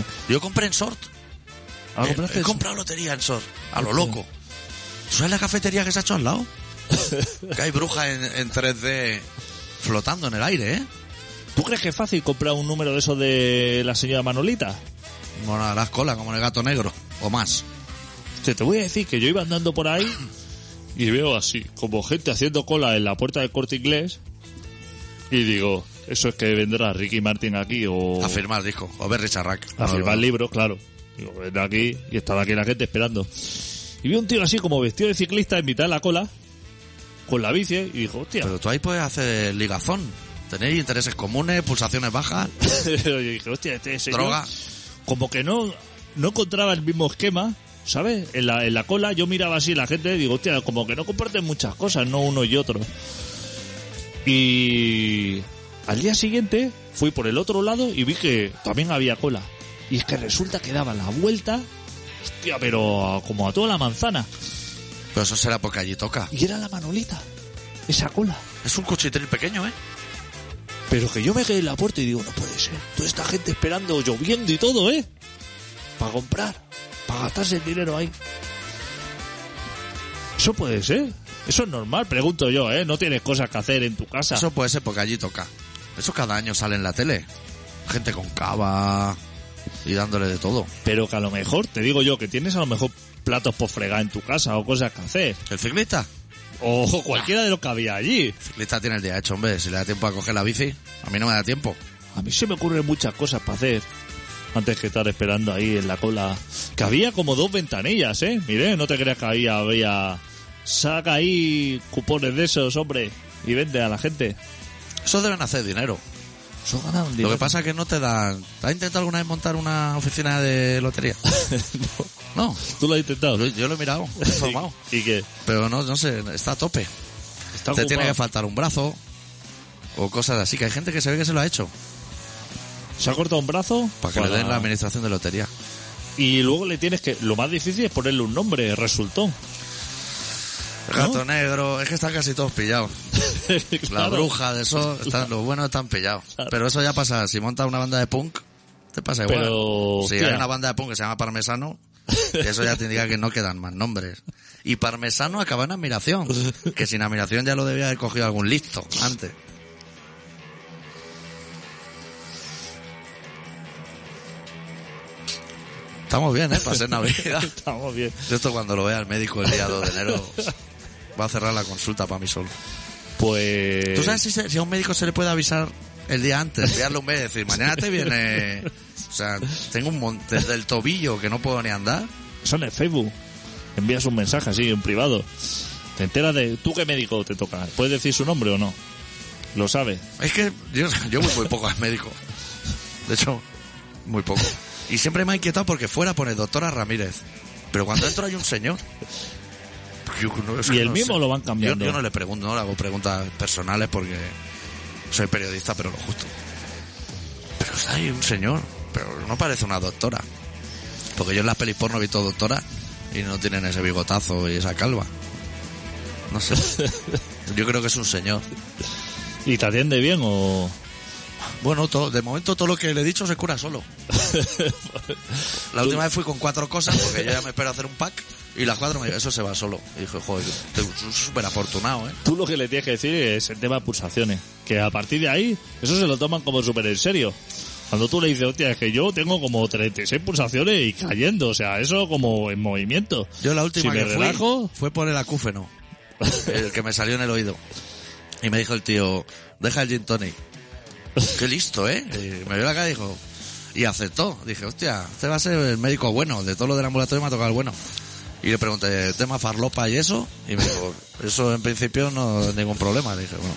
ya. Yo compré en Sort. Ah, He- ¿compraste He, eso? comprado lotería en Sor, a lo loco. ¿Tú sabes la cafetería que se ha hecho al *laughs* lado? que hay brujas en, en 3D flotando en el aire, ¿eh? ¿Tú crees que es fácil comprar un número de esos de la señora Manolita? Bueno, harás cola como en el gato negro, o más. Te, te voy a decir que yo iba andando por ahí y veo así, como gente haciendo cola en la puerta del corte inglés. Y digo, eso es que vendrá Ricky Martin aquí o A firmar Ah, disco, o ver Richard Rack. Oh. a firmar libros, claro. Digo, vendrá aquí y estará aquí la gente esperando. Y vi un tío así como vestido de ciclista en mitad de la cola, con la bici, y dijo, hostia. Pero tú ahí puedes hacer ligazón. Tenéis intereses comunes, pulsaciones bajas, *laughs* yo dije, hostia, este señor droga. como que no, no encontraba el mismo esquema, ¿sabes? En la, en la cola yo miraba así la gente y digo, hostia, como que no comparten muchas cosas, no uno y otro. Y al día siguiente fui por el otro lado y vi que también había cola. Y es que resulta que daba la vuelta, hostia, pero a- como a toda la manzana. Pero eso será porque allí toca. Y era la Manolita. Esa cola. Es un cuchitril pequeño, ¿eh? Pero que yo me quedé en la puerta y digo, no puede ser. Toda esta gente esperando, lloviendo y todo, ¿eh? Para comprar. Para gastarse el dinero ahí. Eso puede ser. Eso es normal, pregunto yo, ¿eh? No tienes cosas que hacer en tu casa. Eso puede ser porque allí toca. Eso cada año sale en la tele. Gente con cava y dándole de todo. Pero que a lo mejor, te digo yo, que tienes a lo mejor platos por fregar en tu casa o cosas que hacer. ¿El ciclista? O cualquiera de los que había allí. El ciclista tiene el día hecho, hombre. Si le da tiempo a coger la bici, a mí no me da tiempo. A mí se me ocurren muchas cosas para hacer antes que estar esperando ahí en la cola. Que había como dos ventanillas, ¿eh? Mire, no te creas que había, había... Saca ahí cupones de esos, hombre, y vende a la gente. Eso deben hacer dinero. Eso gana un Lo dinero. que pasa es que no te dan... ¿Has intentado alguna vez montar una oficina de lotería? *laughs* *laughs* no. Tú lo has intentado. Yo, yo lo he mirado, lo he *laughs* formado. Y, y que Pero no, no sé, está a tope. está Te tiene que ocupado. faltar un brazo o cosas así. Que hay gente que se ve que se lo ha hecho se ha cortado un brazo para que le den la administración de lotería. y luego le tienes que lo más difícil es ponerle un nombre resultó *laughs* El gato negro, es que están casi todos pillados. La bruja de *laughs* eso, están, los buenos están pillados. Pero eso ya pasa, si montas una banda de punk, te pasa igual. Pero, si hostia. hay una banda de punk que se llama Parmesano, eso ya te indica que no quedan más nombres. Y Parmesano acaba en admiración, que sin admiración ya lo debía haber cogido algún listo antes. Estamos bien, ¿eh? Para ser Navidad. *laughs* estamos bien Yo Esto cuando lo vea el médico el día 2 de enero va a cerrar la consulta para mí solo. pues ¿Tú sabes si, se- si a un médico se le puede avisar el día antes? Enviarle un mes y decir, mañana te viene... O sea, tengo un monte del tobillo que no puedo ni andar. son en Facebook envías un mensaje así en privado te enteras de tú qué médico te toca puedes decir su nombre o no lo sabes Es que yo, yo voy muy poco al médico. De hecho, muy poco. Y siempre me ha inquietado porque fuera pone doctora Ramírez. Pero cuando entro hay un señor. Yo no- es Y que el mismo lo van Yo- cambiando. Yo, no le pregunto, no le hago preguntas personales porque soy periodista, pero lo justo. Pero está ahí un señor, pero no parece una doctora. Porque yo en las pelis porno he visto doctoras y no tienen ese bigotazo y esa calva. No *laughs* sé. Yo creo que es un señor. y te atiende bien o Bueno, todo, de momento todo lo que le he dicho se cura solo. La última vez fui con cuatro cosas porque yo ya me espero hacer un pack y las cuatro me eso se va solo. Y dije, joder, estoy súper afortunado, ¿eh? tú lo que le tienes que decir es el tema de pulsaciones que a partir de ahí eso se lo toman como súper en serio cuando tú le dices, hostia, es que yo tengo como 36 pulsaciones y cayendo, o sea, eso como en movimiento. Yo la última Si me que relajo, fui fue por el *laughs* acúfeno, el que me salió en el oído. Y me dijo el tío, deja el gin tonic. Qué listo, ¿eh? Y me vio la cara y dijo, y aceptó. Dije, hostia, este va a ser el médico bueno, de todo lo del ambulatorio me ha tocado el bueno. Y le pregunté, ¿tema farlopa y eso? Y me dijo, eso en principio no es ningún problema. Le dije, bueno,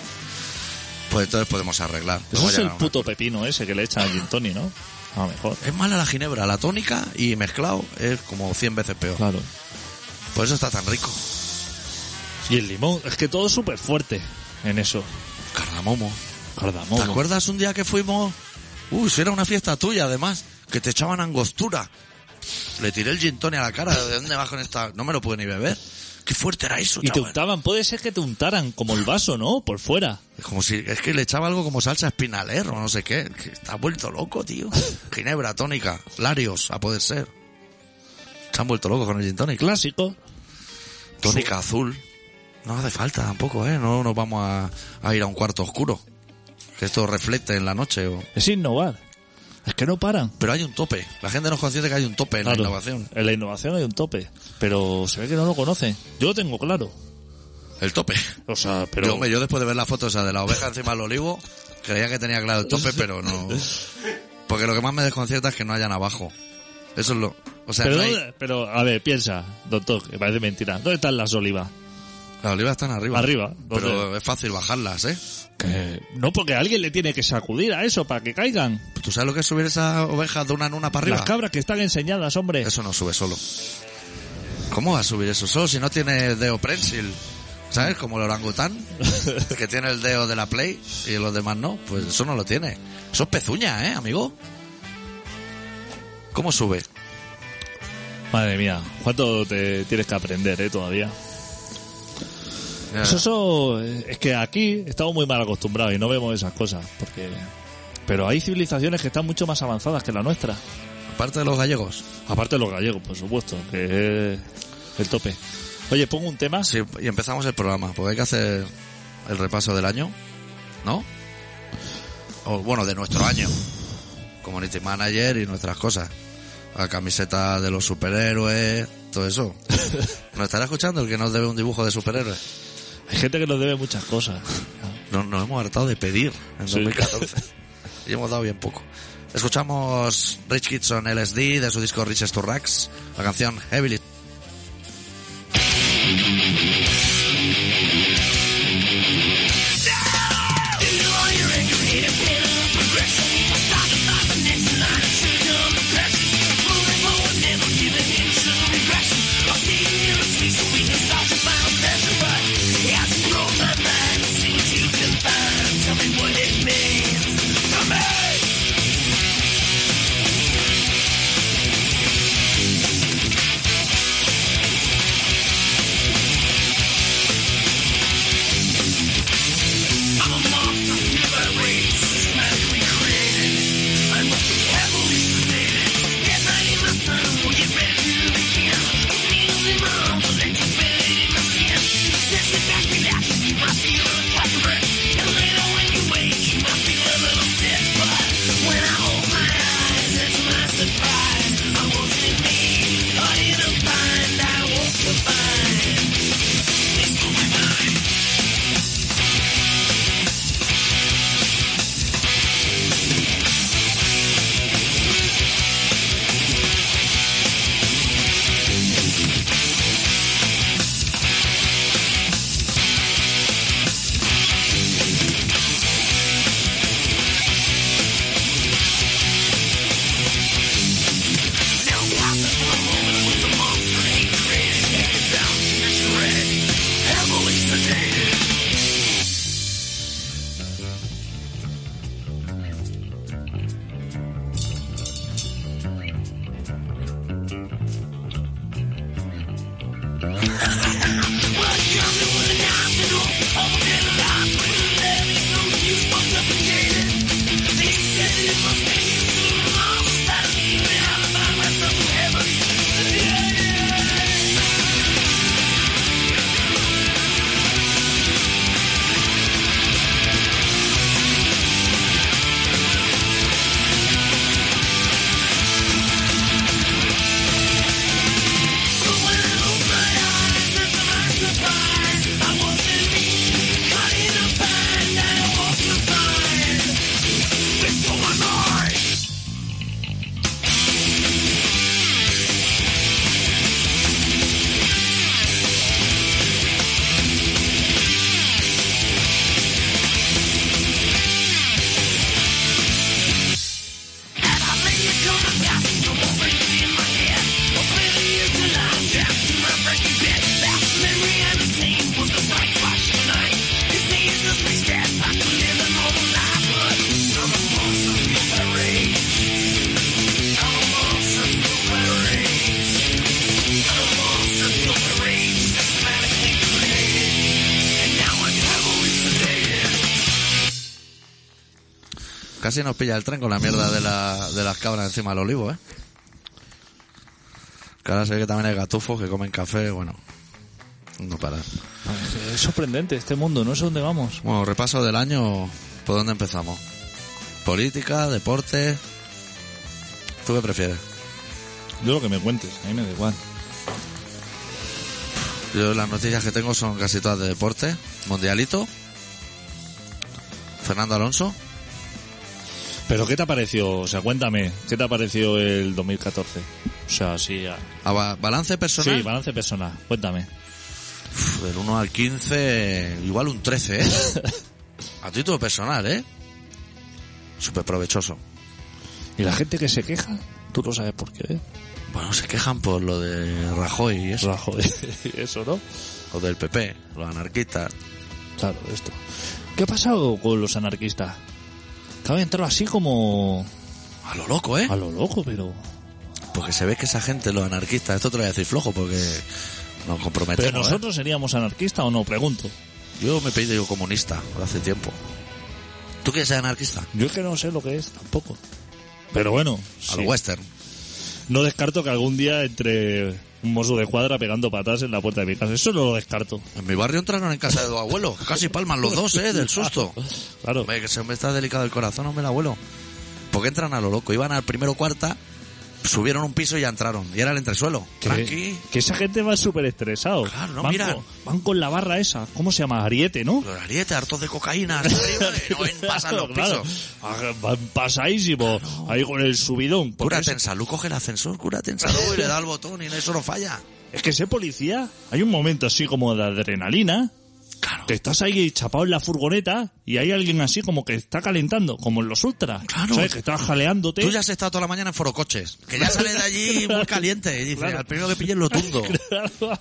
pues entonces podemos arreglar. Eso Podemos es el llegar a una- puto pepino ese que le echan al gin tonic, ¿no? A lo mejor. Es mala la ginebra, la tónica y mezclado es como 100 veces peor. Claro. Por eso está tan rico. Y el limón, es que todo es súper fuerte en eso. Cardamomo. Cardamomo. ¿Te acuerdas un día que fuimos? Uy, si era una fiesta tuya, además, que te echaban angostura. Le tiré el gin tonic a la cara. ¿De dónde vas con esta? No me lo pude ni beber. Qué fuerte era eso, Y te chaval. untaban, puede ser que te untaran como el vaso, ¿no? Por fuera. Es como si, es que le echaba algo como salsa espinaler o no sé qué. Que Está vuelto loco, *laughs* tío. Ginebra, tónica, Larios, a poder ser. Se han vuelto locos con el gin tonic. Clásico. Tónica azul. No hace falta tampoco, ¿eh? No nos vamos a, a ir a un cuarto oscuro. Que esto reflecte en la noche o... Es innovar. Es que no paran. Pero hay un tope. La gente no es consciente que hay un tope en Claro. la innovación. En la innovación hay un tope. Pero se ve que no lo conocen. Yo lo tengo claro. El tope. O sea, Yo, pero... hombre, yo después de ver la foto esa de la oveja encima del olivo, creía que tenía claro el *laughs* tope, pero no. Porque lo que más me desconcierta es que no hayan abajo. Eso es lo. O sea, Pero, no hay- ¿dónde- pero, a ver, piensa, doctor, que parece mentira. ¿Dónde están las olivas? las olivas están arriba. Arriba, ¿dónde? Pero es fácil bajarlas, ¿eh? Que- No, porque alguien le tiene que sacudir a eso para que caigan. ¿Tú sabes lo que es subir esas ovejas de una en una para arriba? Las cabras que están enseñadas, hombre. Eso no sube solo. ¿Cómo va a subir eso solo si no tiene dedo prensil? ¿Sabes? Como el orangután, que tiene el dedo de la Play y los demás no. Pues eso no lo tiene. Eso es pezuña, ¿eh, amigo? ¿Cómo sube? Madre mía, ¿cuánto te tienes que aprender, eh, todavía? Ya. Eso, eso, eh, es que aquí estamos muy mal acostumbrados y no vemos esas cosas, porque... Pero hay civilizaciones que están mucho más avanzadas que la nuestra. Aparte de los gallegos. Aparte de los gallegos, por supuesto, que es el tope. Oye, pongo un tema. Sí, y empezamos el programa, porque hay que hacer el repaso del año, ¿no? O, bueno, de nuestro año. Community Manager y nuestras cosas. La camiseta de los superhéroes, todo eso. ¿Nos estará escuchando el que nos debe un dibujo de superhéroes? Hay gente que nos debe muchas cosas. No- Nos, hemos hartado de pedir en Sí. 2014. y hemos dado bien poco. Escuchamos Rich Kitson LSD de su disco Riches to Racks, la canción Heavily Casi nos pilla el tren con la mierda de, la- de las cabras encima del olivo, ¿eh? Que ahora se ve que también hay gatufos que comen café, bueno. No para. Es sorprendente este mundo, no sé dónde vamos. Bueno, repaso del año, ¿por dónde empezamos? Política, deporte. ¿Tú qué prefieres? Yo lo que me cuentes, a mí me da igual. Yo las noticias que tengo son casi todas de deporte. Mundialito. Fernando Alonso. Pero ¿qué te ha parecido? O sea, cuéntame, ¿qué te ha parecido el 2014? O sea, sí, a- A Ah, ba- balance personal. sí, balance personal, cuéntame. Pf, del 1 al 15, igual un 13, ¿eh? A título personal, ¿eh? Súper provechoso. ¿Y la gente que se queja? Tú no sabes por *laughs* qué, ¿eh? Bueno, se quejan por lo de Rajoy y eso, Rajoy, eso, ¿no? o del PP, los anarquistas. Claro, esto. ¿Qué ha pasado con los anarquistas? Que han entrado así como A lo loco, ¿eh? a lo loco, pero... Porque se ve que esa gente, los anarquistas, esto te lo voy a decir flojo, porque Nos Pero comprometemos. ¿eh? nosotros seríamos anarquistas o no, pregunto. Yo me he pedido yo comunista hace tiempo. ¿Tú quieres ser anarquista? Yo es que no sé lo que es tampoco. Pero bueno, Al sí. western. no descarto que algún día entre un mozo de cuadra pegando patas en la puerta de mi casa. Eso no lo descarto. En mi barrio entraron en casa de dos abuelos. Casi palman los dos, ¿eh? Del susto. Claro. Hombre, que se me está delicado el corazón, hombre, el abuelo. Porque entran a lo loco. Iban al primero cuarta, subieron un piso y ya entraron. Y era el entresuelo. Tranqui. Que, que esa gente va súper estresado. Claro, no, van, mira. con, van con la barra esa. ¿Cómo se llama? Ariete, ¿no? Los arietes, hartos de *laughs* cocaína. hasta arriba, y no ven, pasan los Claro, pisos. claro. Ah, Van pasadísimo. Ahí con el subidón. Porque Cúrate es, en salud, coge el ascensor, cúrate en salud y le da el botón y eso no falla. es que ser policía, hay un momento así como de adrenalina. Claro. Que estás ahí chapado en la furgoneta y hay alguien así como que está calentando, como en los ultras. Claro. ¿Sabes? Que estás jaleándote. Tú ya has estado toda la mañana en forocoches. Que ya sales de *laughs* allí muy caliente. Y dices, Claro. al primero que pilles lo *laughs* tundo. *laughs*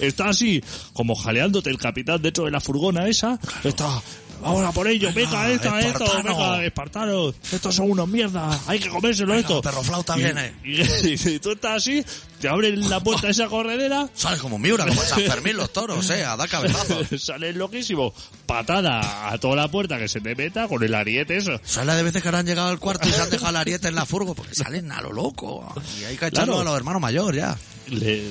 está así, como jaleándote el capitán dentro de la furgona esa. Está, ahora por ello, venga, esta, esto, espartano. venga, espartanos, estos son unos mierdas, hay que comérselo esto. perro flauta Y- viene. Y, *laughs* y tú estás así, te abren la puerta de esa corredera, Sales como Miura, como en San Fermín los toros, eh, a dar cabezazos. *laughs* sales loquísimo, patada a toda la puerta que se te meta con el ariete eso. Son las de veces que ahora han llegado al cuarto y se han dejado la ariete en la furgo porque salen a lo loco. Y hay que echarlo Claro. a los hermanos mayor ya. Le,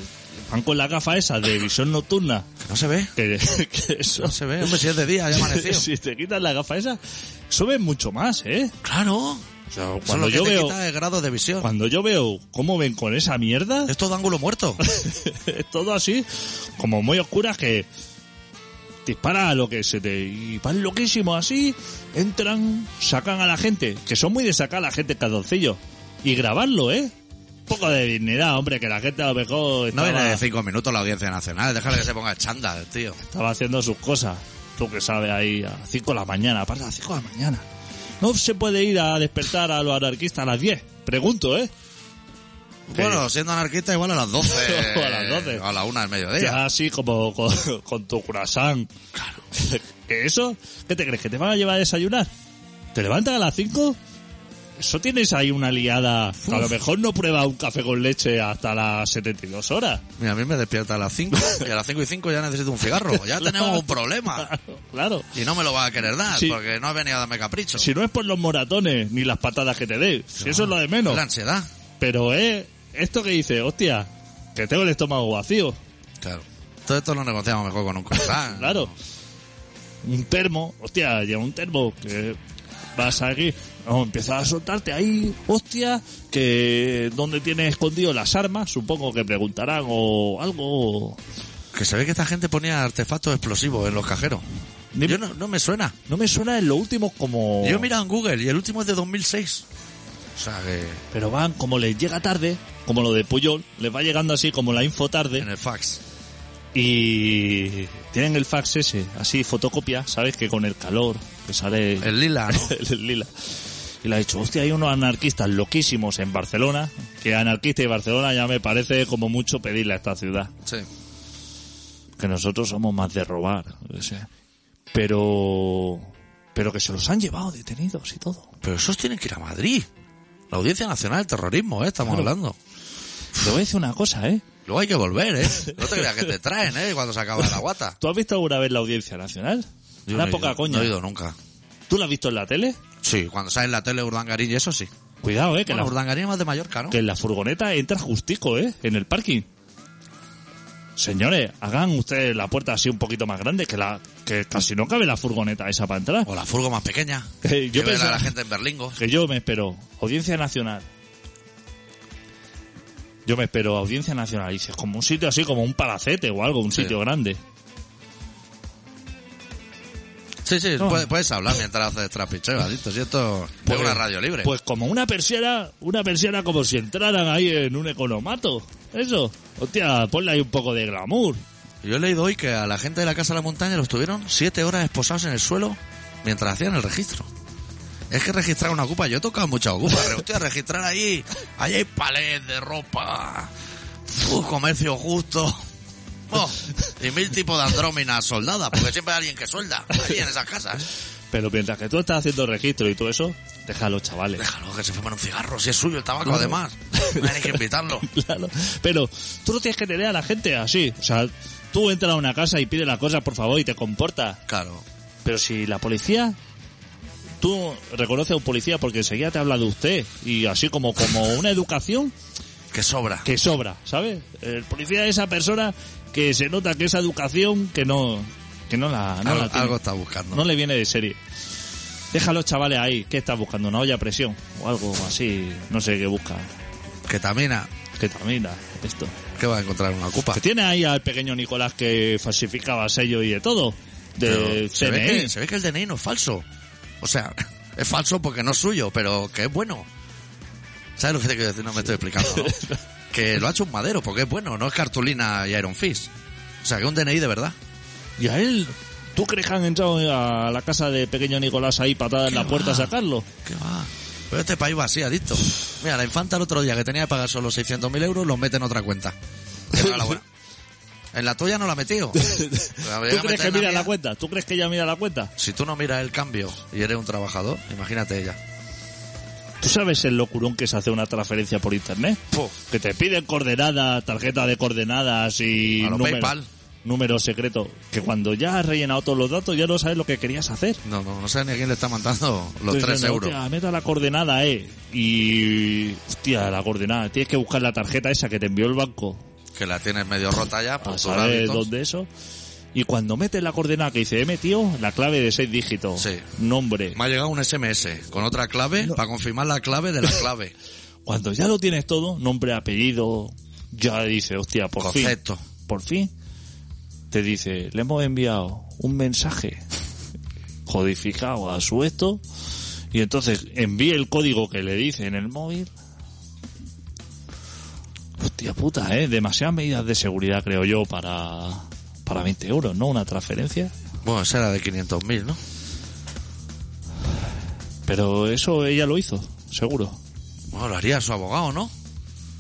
van con la gafa esa de visión nocturna. Que no se ve. Que, *laughs* que eso. No se ve. Hombre, si es de día, ya ha amanecido. *laughs* si te quitas la gafa esa, suben mucho más, ¿eh? Claro. Son cuando lo que yo te veo- quita el grado de visión. Cuando yo veo cómo ven con esa mierda, Es todo ángulo *laughs* muerto. todo así, como muy oscuras que dispara a lo que se te... Y van loquísimo así, entran, sacan a la gente, que son muy de sacar a la gente calzoncillo. Y grabarlo, ¿eh? Un poco de dignidad, hombre, que la gente a lo mejor No estaba, viene de cinco minutos la audiencia nacional. Déjale que se ponga chándal, tío. estaba haciendo sus cosas. Tú que sabes, ahí a las 5 de la mañana, aparte a las 5 de la mañana. No se puede ir a despertar a los anarquistas a las 10, pregunto, ¿eh? Que- Bueno, siendo anarquista, igual a las *laughs* 12. A las 12. A la 1 del mediodía. Ya así como con, *laughs* con tu curasán. Claro. *laughs* ¿Que eso? ¿Qué te crees? ¿Que te van a llevar a desayunar? ¿Te levantas a las 5? Eso tienes ahí una liada. que A lo mejor no prueba un café con leche hasta las 72 horas. *laughs* Mira, a mí me despierta a las 5 y a las 5 y 5 ya necesito un cigarro. Ya tenemos un problema. Claro. Y no me lo va a querer dar Sí. porque no has venido a darme capricho. Si no es por los moratones ni las patadas que te dé. Si eso es lo de menos. La ansiedad. Pero es esto que dices, hostia, que tengo el estómago vacío. Claro. Todo esto lo negociamos mejor con un croissant. *laughs* Claro. Un termo, hostia, lleva un termo que vas aquí, no, empiezas a soltarte ahí, hostia, que dónde tienes escondido las armas, supongo que preguntarán o algo. Que se ve que esta gente ponía artefactos explosivos en los cajeros. Ni- Yo no, no me suena. No me suena en lo último como Yo he mirado en Google y el último es de 2006. O sea que pero van como les llega tarde, como lo de Puyol, les va llegando así como la info tarde. en el fax. Y tienen el fax ese, así fotocopia, sabes que con el calor que sale El lila, *laughs* ¿no? el lila. Y le ha dicho, hostia, hay unos anarquistas loquísimos en Barcelona, que anarquista y Barcelona ya me parece como mucho pedirle a esta ciudad, Sí. que nosotros somos más de robar, yo qué sé. Pero pero que se los han llevado detenidos y todo. Pero esos tienen que ir a Madrid. La Audiencia Nacional del Terrorismo, ¿eh? Estamos Claro. hablando. Te voy a decir una cosa, ¿eh? Luego hay que volver, *laughs* ¿eh? No te creas que te traen, ¿eh? Cuando se acaba la guata. ¿Tú has visto alguna vez la Audiencia Nacional? Yo una no he poca ido- coña. No he ido nunca. ¿Tú la has visto en la tele? Sí, cuando sale en la tele Urdangarín y eso sí. Cuidado, eh, que, Bueno, la, Urdangarín es más de Mallorca, ¿no? que en la furgoneta entra justico, eh, en el parking. Señores, hagan ustedes la puerta así un poquito más grande, que la que casi no cabe la furgoneta esa para entrar. O la furgo más pequeña. Eh, *laughs* yo que ve pensaba- a la gente en Berlingo. Que yo me espero Audiencia Nacional. Yo me espero Audiencia Nacional. Y dices, como un sitio así, como un palacete o algo, un Sí. sitio grande. Sí, sí, No. puedes, puedes hablar mientras haces trapicheo, adicto. Si esto es una radio libre. Pues como una persiana, una persiana como si entraran ahí en un economato. Eso. Hostia, ponle ahí un poco de glamour. Yo he leído hoy que a la gente de la Casa de la Montaña los tuvieron siete horas esposados en el suelo mientras hacían el registro. Es que registrar una ocupa, yo he tocado muchas ocupas, pero hostia, registrar ahí, ahí hay palés de ropa, uf, comercio justo, oh, y mil tipos de andróminas soldadas, porque siempre hay alguien que suelda, ahí en esas casas. Pero mientras que tú estás haciendo registro y todo eso, Déjalo, chavales. Déjalo que se fumen un cigarro, si es suyo el tabaco además. No hay que *laughs* invitarlo. Claro. Pero tú no tienes que tener a la gente así. O sea, tú entras a una casa y pide las cosas, por favor, y te comportas. Claro. Pero si la policía... Tú reconoces a un policía porque enseguida te habla de usted. Y así como, como una educación Que sobra. que sobra, ¿sabes? El policía es esa persona que se nota que esa educación que no... Que no la, Ah, no Al- la tiene. algo está buscando. No le viene de serie. Deja a los chavales ahí. ¿Qué estás buscando? ¿Una olla a presión? O algo así. No sé qué busca. Ketamina. Que termina esto. ¿Qué va a encontrar una cupa? Que tiene ahí al pequeño Nicolás que falsificaba sellos y de todo. De E. Pero se, ve CNI. que, se ve que el DNI no es falso. O sea, *laughs* es falso porque no es suyo, pero que es bueno. ¿Sabes lo que te quiero decir? No me estoy explicando. *laughs* ¿no? que lo ha hecho un madero porque es bueno, no es cartulina y Iron Fist. O sea, que es un DNI de verdad. Y a él. ¿Tú crees que han entrado a la casa de pequeño Nicolás ahí patada en la ¿Qué puerta va? a sacarlo? ¿Qué va? Pero este país va así, adicto. Mira, la infanta el otro día que tenía que pagar solo 600.000 euros, los mete en otra *laughs* cuenta. Que no era la buena. En la tuya no la ha metido. ¿Tú crees que mira la cuenta? ¿Tú crees que ella mira la cuenta? Si tú no miras el cambio y eres un trabajador, imagínate ella. ¿Tú sabes el locurón que se hace una transferencia por internet? Puh. Que te piden coordenadas, tarjeta de coordenadas y A lo número, PayPal. número secreto. Que cuando ya has rellenado todos los datos ya no sabes lo que querías hacer. No, no, no sé ni a quién le está mandando los Entonces, 3 venga, euros. hostia, meta la coordenada, eh. Y. Hostia, la coordenada. Tienes que buscar la tarjeta esa que te envió el banco. Que la tienes medio rota ya por tus Para saber hábitos. dónde eso. Y cuando metes la coordenada que dice, he metido la clave de seis dígitos. Sí. Nombre. Me ha llegado un SMS con otra clave para confirmar la clave *laughs* de la clave. Cuando ya lo tienes todo, nombre, apellido. Ya dice, hostia, por Concepto. fin. Por fin. Te dice, le hemos enviado un mensaje codificado a su esto. Y entonces envíe el código que le dice en el móvil. Hostia puta, ¿eh? Demasiadas medidas de seguridad, creo yo, para, para 20 euros, ¿no? Una transferencia. Bueno, esa era de 500.000, ¿no? Pero eso ella lo hizo, seguro. Bueno, lo haría su abogado, ¿no?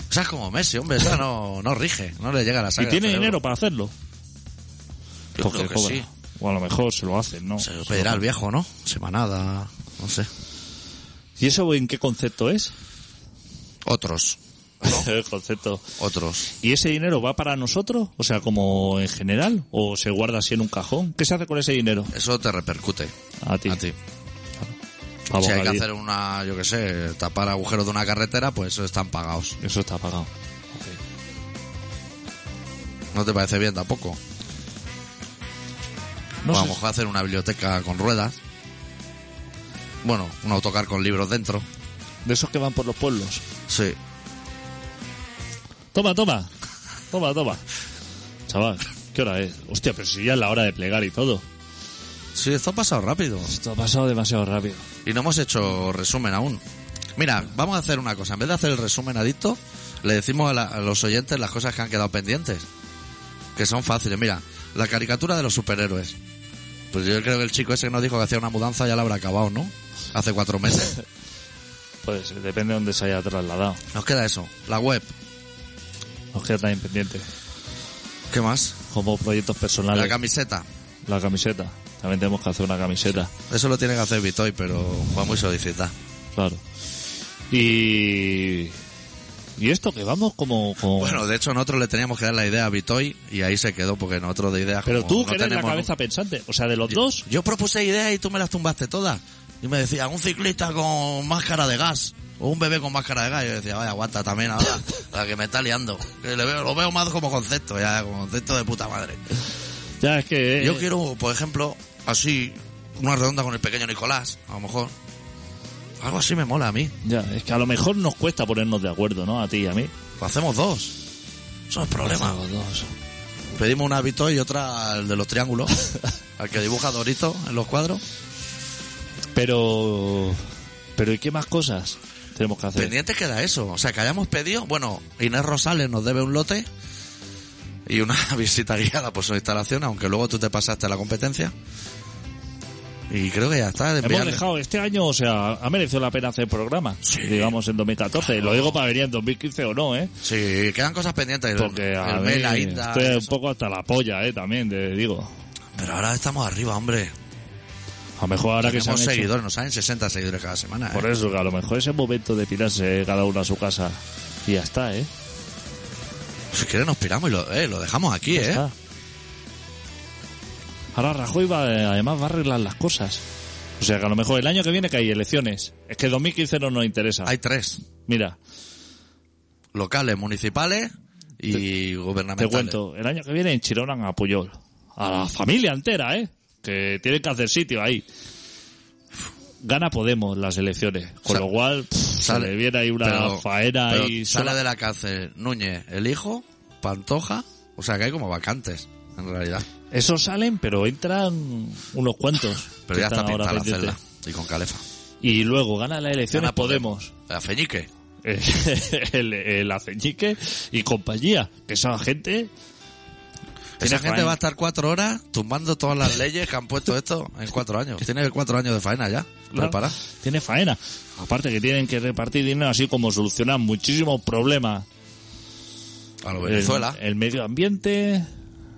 Esa es como Messi, hombre, esa no, no rige, no le llega la ¿Y sangre. tiene al cerebro. dinero para hacerlo? Yo creo que cobra. sí. O a lo mejor se lo hacen, ¿no? Se lo pedirá al viejo, ¿no? Semanada, no sé. ¿Y eso en qué concepto es? Otros, *laughs* El concepto. otros. ¿Y ese dinero va para nosotros? O sea, como en general. ¿O se guarda así en un cajón? ¿Qué se hace con ese dinero? Eso te repercute A ti. a ti. Pa' Si hay que bocadillo. hacer una, yo qué sé, tapar agujeros de una carretera, pues eso están pagados. Eso está pagado. ¿No te parece bien tampoco? No o a sé lo mejor hacer una biblioteca con ruedas. Bueno, un autocar con libros dentro. De esos que van por los pueblos. Sí. Toma, toma. Toma, toma. Chaval, ¿qué hora es? Hostia, pero si ya es la hora de plegar y todo. Sí, esto ha pasado rápido. Esto ha pasado demasiado rápido. Y no hemos hecho resumen aún. Mira, vamos a hacer una cosa. En vez de hacer el resumen adicto, le decimos a, la- a los oyentes las cosas que han quedado pendientes. Que son fáciles. Mira, la caricatura de los superhéroes. Pues yo creo que el chico ese que nos dijo que hacía una mudanza ya la habrá acabado, ¿no? Hace cuatro meses. Pues eh, depende de dónde se haya trasladado. Nos queda eso. La web. Nos queda también pendiente. ¿Qué más? Como proyectos personales. La camiseta. La camiseta. También tenemos que hacer una camiseta, Eso lo tiene que hacer Vitoy, pero va muy solicitada. claro. Y. Y esto que vamos como. como- Bueno, de hecho nosotros le teníamos que dar la idea a Vitoy y ahí se quedó porque nosotros de ideas Pero como tú no que eres la tenemos cabeza pensante. O sea, de los dos. Yo propuse ideas y tú me las tumbaste todas. Y me decía, un ciclista con máscara de gas. O un bebé con máscara de gas. Y yo decía, vaya, aguanta también *laughs* ahora. La que me está liando. Que le veo, lo veo más como concepto, ya, como concepto de puta madre. Ya es que. eh, Yo quiero, por ejemplo, así, una redonda con el pequeño Nicolás, a lo mejor. Algo así me mola a mí. Ya, es que a lo mejor nos cuesta ponernos de acuerdo, ¿no? A ti y a mí. Pues hacemos dos. Eso no es problema. Los dos. Pedimos una a Vitoy y otra al de los triángulos. *laughs* al que dibuja Dorito en los cuadros. Pero. Pero ¿y qué más cosas tenemos que hacer? Pendiente queda eso. O sea, que hayamos pedido. Bueno, Inés Rosales nos debe un lote y una *laughs* visita guiada por su instalación, aunque luego tú te pasaste a la competencia. Y creo que ya está. de Hemos enviarle. dejado este año, o sea, ha merecido la pena hacer programa. Sí. Digamos en 2014. Lo digo para venir en 2015 o no, ¿eh? Sí, quedan cosas pendientes. El- Porque a el mí mail a Inda, estoy un eso. poco hasta la polla, ¿eh? También, te digo. Pero ahora estamos arriba, hombre. A lo mejor ahora que se han Tenemos hecho- seguidores, nos salen 60 seguidores cada semana. ¿eh? Por eso, que a lo mejor ese momento de pirarse eh, cada uno a su casa y ya está, ¿eh? Si quieres nos piramos y lo, eh, lo dejamos aquí, Ya ¿eh? está. Ahora Rajoy va, eh, además va a arreglar las cosas. O sea que a lo mejor el año que viene que hay elecciones. Es que 2015 no nos interesa. Hay tres. Mira, Locales, municipales y te gubernamentales. cuento, el año que viene en Chironan a Puyol. A la familia entera, ¿eh? Que tienen que hacer sitio ahí. Gana Podemos las elecciones. Con Sa- lo cual, pff, se sale- le viene ahí una pero- faena pero y Sale de la cárcel Núñez, el hijo, Pantoja. O sea que hay como vacantes, en realidad. Esos salen, pero entran unos cuantos. Pero que ya está están ahora pintada la pendientes. celda. Y con Calefa. Y luego gana las elecciones Gana Podemos. La Feñique. el, el Aceñique y compañía. Que esa gente. Esa Tiene gente faena. va a estar cuatro horas tumbando todas las leyes que han puesto esto en cuatro años. Tiene cuatro años de faena ya. claro, Preparada. Tiene faena. Aparte que tienen que repartir dinero así como solucionar muchísimos problemas. A lo El- Venezuela. El, medio ambiente.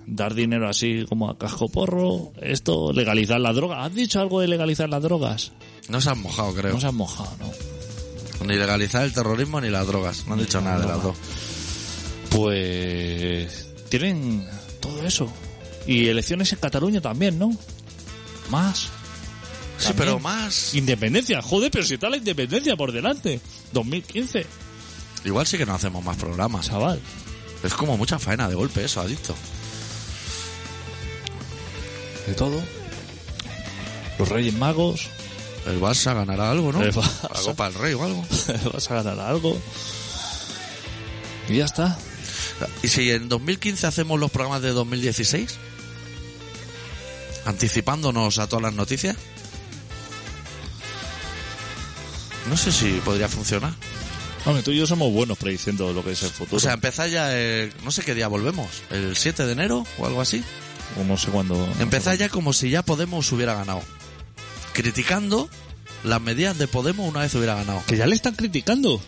Dar dinero así como a casco porro. Esto, legalizar la droga. ¿Has dicho algo de legalizar las drogas? No se han mojado, creo. eh. No se han mojado, ¿no? Ni legalizar el terrorismo ni las drogas. No han dicho nada de las dos. Pues tienen todo eso. Y elecciones en Cataluña también, ¿no? Más. Sí, También. pero más. Independencia, joder, pero si está la independencia por delante. 2015, Igual sí que no hacemos más programas. chaval. Es como mucha faena de golpe eso, adicto. De todo. Los Reyes Magos, *laughs* El Barça ganará algo, ¿no? El Barça. La Copa del Rey o algo. vas a ganar algo. Y ya está. ¿Y si en 2015 hacemos los programas de 2016? Anticipándonos a todas las noticias. No sé si podría funcionar. Hombre, tú y yo somos buenos prediciendo lo que es el futuro. O sea, empezar ya, eh, no sé qué día volvemos, el 7 de enero o algo así. O no sé cuándo. Empezar ya como si ya Podemos hubiera ganado. Criticando las medidas de Podemos una vez hubiera ganado. Que ya le están criticando.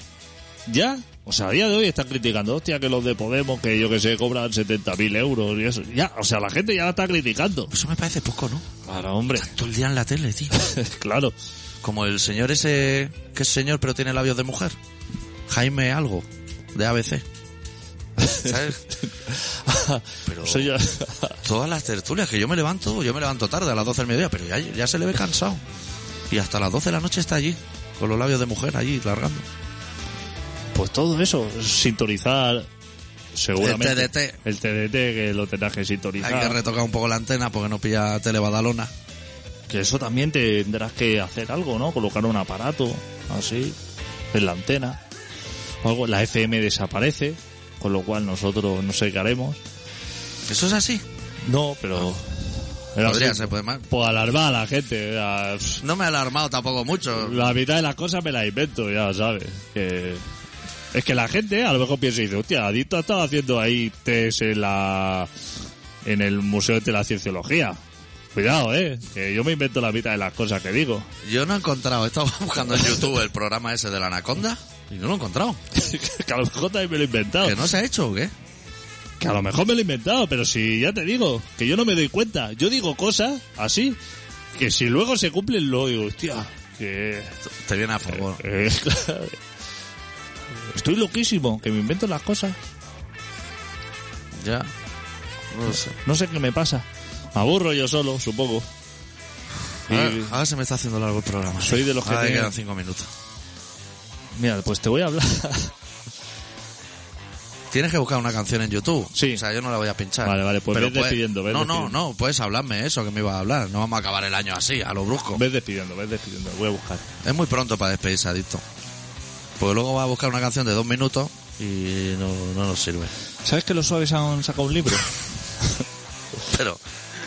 Ya. O sea, a día de hoy están criticando. Hostia, que los de Podemos, que yo que sé, cobran 70.000 euros y eso. Ya. O sea, la gente ya la está criticando. Eso me parece poco, ¿no? Claro, hombre. Todo el día en la tele, tío. *laughs* claro. Como el señor ese, que es señor pero tiene labios de mujer. Jaime algo, de ABC. *laughs* ¿Sabes? Pero Eso ya- todas las tertulias, que yo me levanto, yo me levanto tarde a las 12 del mediodía, pero ya, ya se le ve cansado. Y hasta las 12 de la noche está allí, con los labios de mujer allí, largando. Pues todo eso, sintonizar seguramente. El TDT. El TDT, que lo tendrás que Hay que sintonizar. Que, retocar un poco la antena porque no pilla tele Badalona. eso también tendrás que hacer algo, ¿no? Colocar un aparato así en la antena. O algo. La FM desaparece, con lo cual nosotros no sé qué haremos. Eso es así. No, pero... era Podría así. ser, pues, más. Pues alarmar a la gente. a- pff, No me ha alarmado tampoco mucho. La mitad de las cosas me las invento, ya sabes. Que... Es que la gente a lo mejor piensa y dice, hostia, Adicto ha estado haciendo ahí test en la... en el Museo de la Cienciología. Cuidado, eh, que yo me invento la mitad de las cosas que digo. *laughs* Yo no he encontrado, he estado *laughs* buscando en YouTube el programa ese de la Anaconda y no lo he encontrado. que a lo mejor también me lo he inventado. ¿Que no se ha hecho o qué? Que a lo mejor me lo he inventado, pero si ya te digo, que yo no me doy cuenta. Yo digo cosas así, que si luego se cumplen, lo digo, hostia, que *laughs* Te viene a favor. Eh, *laughs* claro. Estoy loquísimo, que me invento las cosas. Ya. No lo sé. Eh, No sé qué me pasa. Me aburro yo solo, supongo. Y, Ahora, ahora se me está haciendo largo el programa. Soy de los que Ahora tienen- quedan cinco minutos. mira, pues te voy a hablar. Tienes que buscar una canción en YouTube. Sí. O sea, yo no la voy a pinchar. Vale, vale, pues ves despidiendo, ves no, no, despidiendo. no, puedes hablarme eso que me iba a hablar. No vamos a acabar el año así, a lo brusco. *laughs* ves despidiendo, ves despidiendo. Voy a buscar. Es muy pronto para despedirse, adicto. Porque luego vas a buscar una canción de dos minutos y no, no nos sirve. *laughs* ¿Sabes que los suaves han sacado un *laughs* libro? Pero,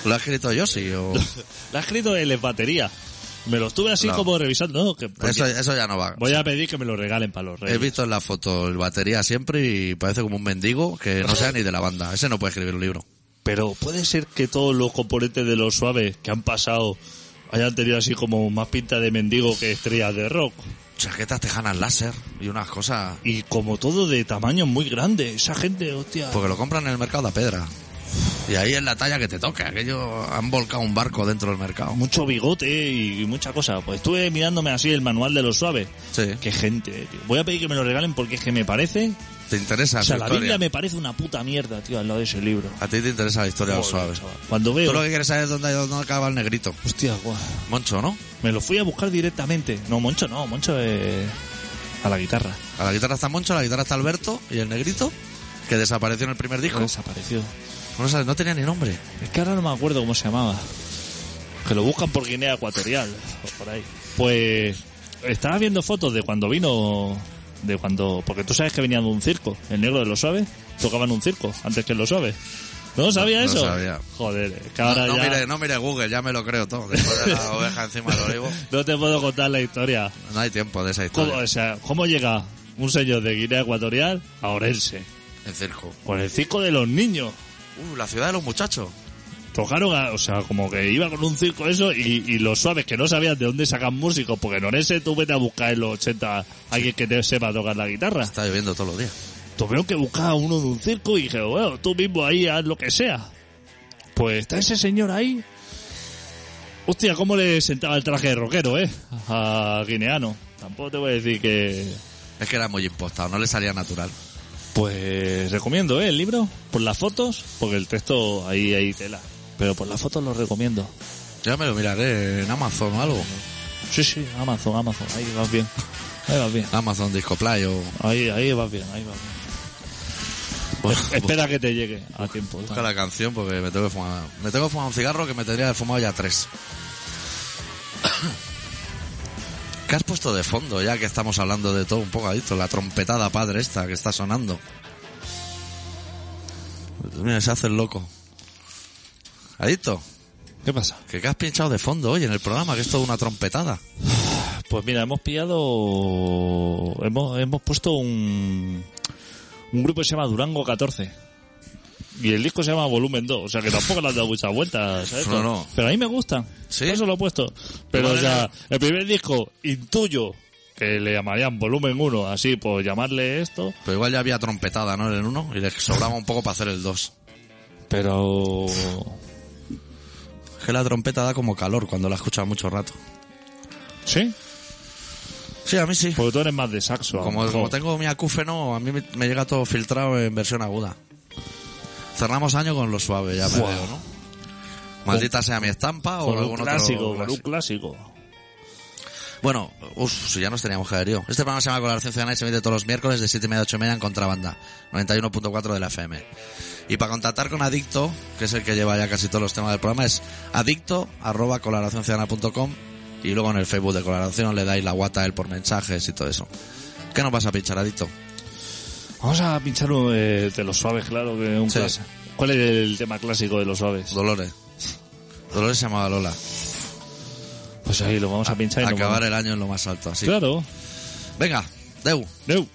¿lo ha escrito yo sí *laughs* o...? La ha escrito él es batería. Me lo estuve así No. como revisando. ¿no? Que porque Eso, eso ya no va. voy a pedir que me lo regalen para los He reyes. visto en la foto el batería siempre y parece como un mendigo que no sea ni de la banda. Ese no puede escribir un libro. Pero puede ser que todos los componentes de los suaves que han pasado hayan tenido así como más pinta de mendigo que estrellas de rock. Chaquetas tejanas láser y unas cosas... Y como todo de tamaño muy grande, esa gente, hostia. Porque lo compran en el mercado a pedra. Y ahí es la talla que te toca. Aquello han volcado un barco dentro del mercado. Mucho bigote y mucha cosa. Pues estuve mirándome así el manual de los suaves. Sí. Qué gente, eh, tío. Voy a pedir que me lo regalen porque es que me parece... ¿Te interesa O sea, su la historia? Biblia me parece una puta mierda, tío, al lado de ese libro. A ti te interesa la historia de los Joder, suaves. chaval. Cuando Tú veo... lo que quieres saber es dónde, dónde acaba el negrito. Hostia, guau. Moncho, ¿no? Me lo fui a buscar directamente. No, Moncho no, Moncho es... A la guitarra. A la guitarra está Moncho, a la guitarra está Alberto y el negrito, que desapareció en el primer disco. Desapareció. No, sabes, no tenía ni nombre. Es que ahora no me acuerdo cómo se llamaba. Que lo buscan por Guinea Ecuatorial o por ahí. Pues estaba viendo fotos de cuando vino, de cuando, porque tú sabes que venían de un circo. El negro de los suaves tocaban un circo antes que en los suaves. ¿No sabía no eso? sabía. Joder, es que No, ahora no Ah, ya mire, no mire Google, ya me lo creo todo. Después de *laughs* la oveja encima del olivo, no te puedo contar la historia. no hay tiempo de esa ¿Cómo, historia. o sea, ¿cómo llega un señor de Guinea Ecuatorial a Orense? El circo. Con el circo de los niños. Uh, la ciudad de los muchachos. Tocaron, a- o sea, como que iba con un circo eso y, y los suaves que no sabían de dónde sacan músicos, porque en Orense tú vete a buscar en los 80 a alguien que te sepa tocar la guitarra. Está lloviendo todos los días. Tuvieron que buscar a uno de un circo y dije, bueno, tú mismo ahí haz lo que sea. Pues está ese señor ahí. Hostia, cómo le sentaba el traje de rockero, eh, a guineano. Tampoco te voy a decir que... Es que era muy impostado, no le salía natural. Pues recomiendo, eh, el libro, por las fotos, porque el texto ahí, ahí tela. Pero por las fotos lo recomiendo. Ya me lo miraré en Amazon o algo. Sí, sí, Amazon, Amazon, ahí vas bien. Ahí vas bien. Amazon Disco Play o... Ahí, ahí vas bien, ahí vas bien. pues Espera que te llegue a tiempo. ¿eh? Busca la canción porque me tengo que fumar. Me tengo que fumar un cigarro que me tendría que haber fumado ya tres. *coughs* ¿Qué has puesto de fondo ya que estamos hablando de todo un poco adicto? La trompetada padre esta que está sonando. Mira, se hace el loco. Adicto, ¿Qué pasa? ¿que ¿qué has pinchado de fondo hoy en el programa? Que es todo una trompetada. Pues mira, hemos pillado. Hemos, hemos puesto un. Un grupo que se llama Durango 14. Y el disco se llama Volumen 2. O sea que tampoco le han dado muchas vueltas. ¿sabes? No, no. Pero a mí me gusta. ¿Sí? Por Eso lo he puesto. Pero Vale. o sea, el primer disco, intuyo que le llamarían Volumen 1, así por llamarle esto. Pero igual ya había trompetada, ¿no? En el uno y le sobraba un poco para hacer el dos. Pero. Es que la trompeta da como calor cuando la escuchas mucho rato. ¿Sí? Sí, a mí sí. Porque tú eres más de saxo. a lo Pues, Como, mejor. como tengo mi acúfeno, a mí me, me llega todo filtrado en versión aguda. Cerramos año con lo suave, ya me Fua. veo, ¿no? Maldita sea mi estampa o Con un algún clásico, otro. con un clásico. clásico. Bueno, uff, si ya nos teníamos que haber ido. Este programa se llama Colaboración Ciudadana y se emite todos los miércoles de 7 y media a 8 y media en Contrabanda, 91.4 de la FM. Y para contactar con Adicto, que es el que lleva ya casi todos los temas del programa, es adicto arroba colaboracionciudadana.com y luego en el Facebook de Colaboración le dais la guata a él por mensajes y todo eso. ¿Qué nos vas a pinchar, Adicto? Vamos a pinchar uno de, de los suaves, claro, que un Sí. clásico. ¿Cuál es el tema clásico de los suaves? Dolores. Dolores se llamaba Lola. Pues ahí lo vamos a pinchar y nos Acabar vamos. el año en lo más alto, así. Claro. Venga, Deu. Neu.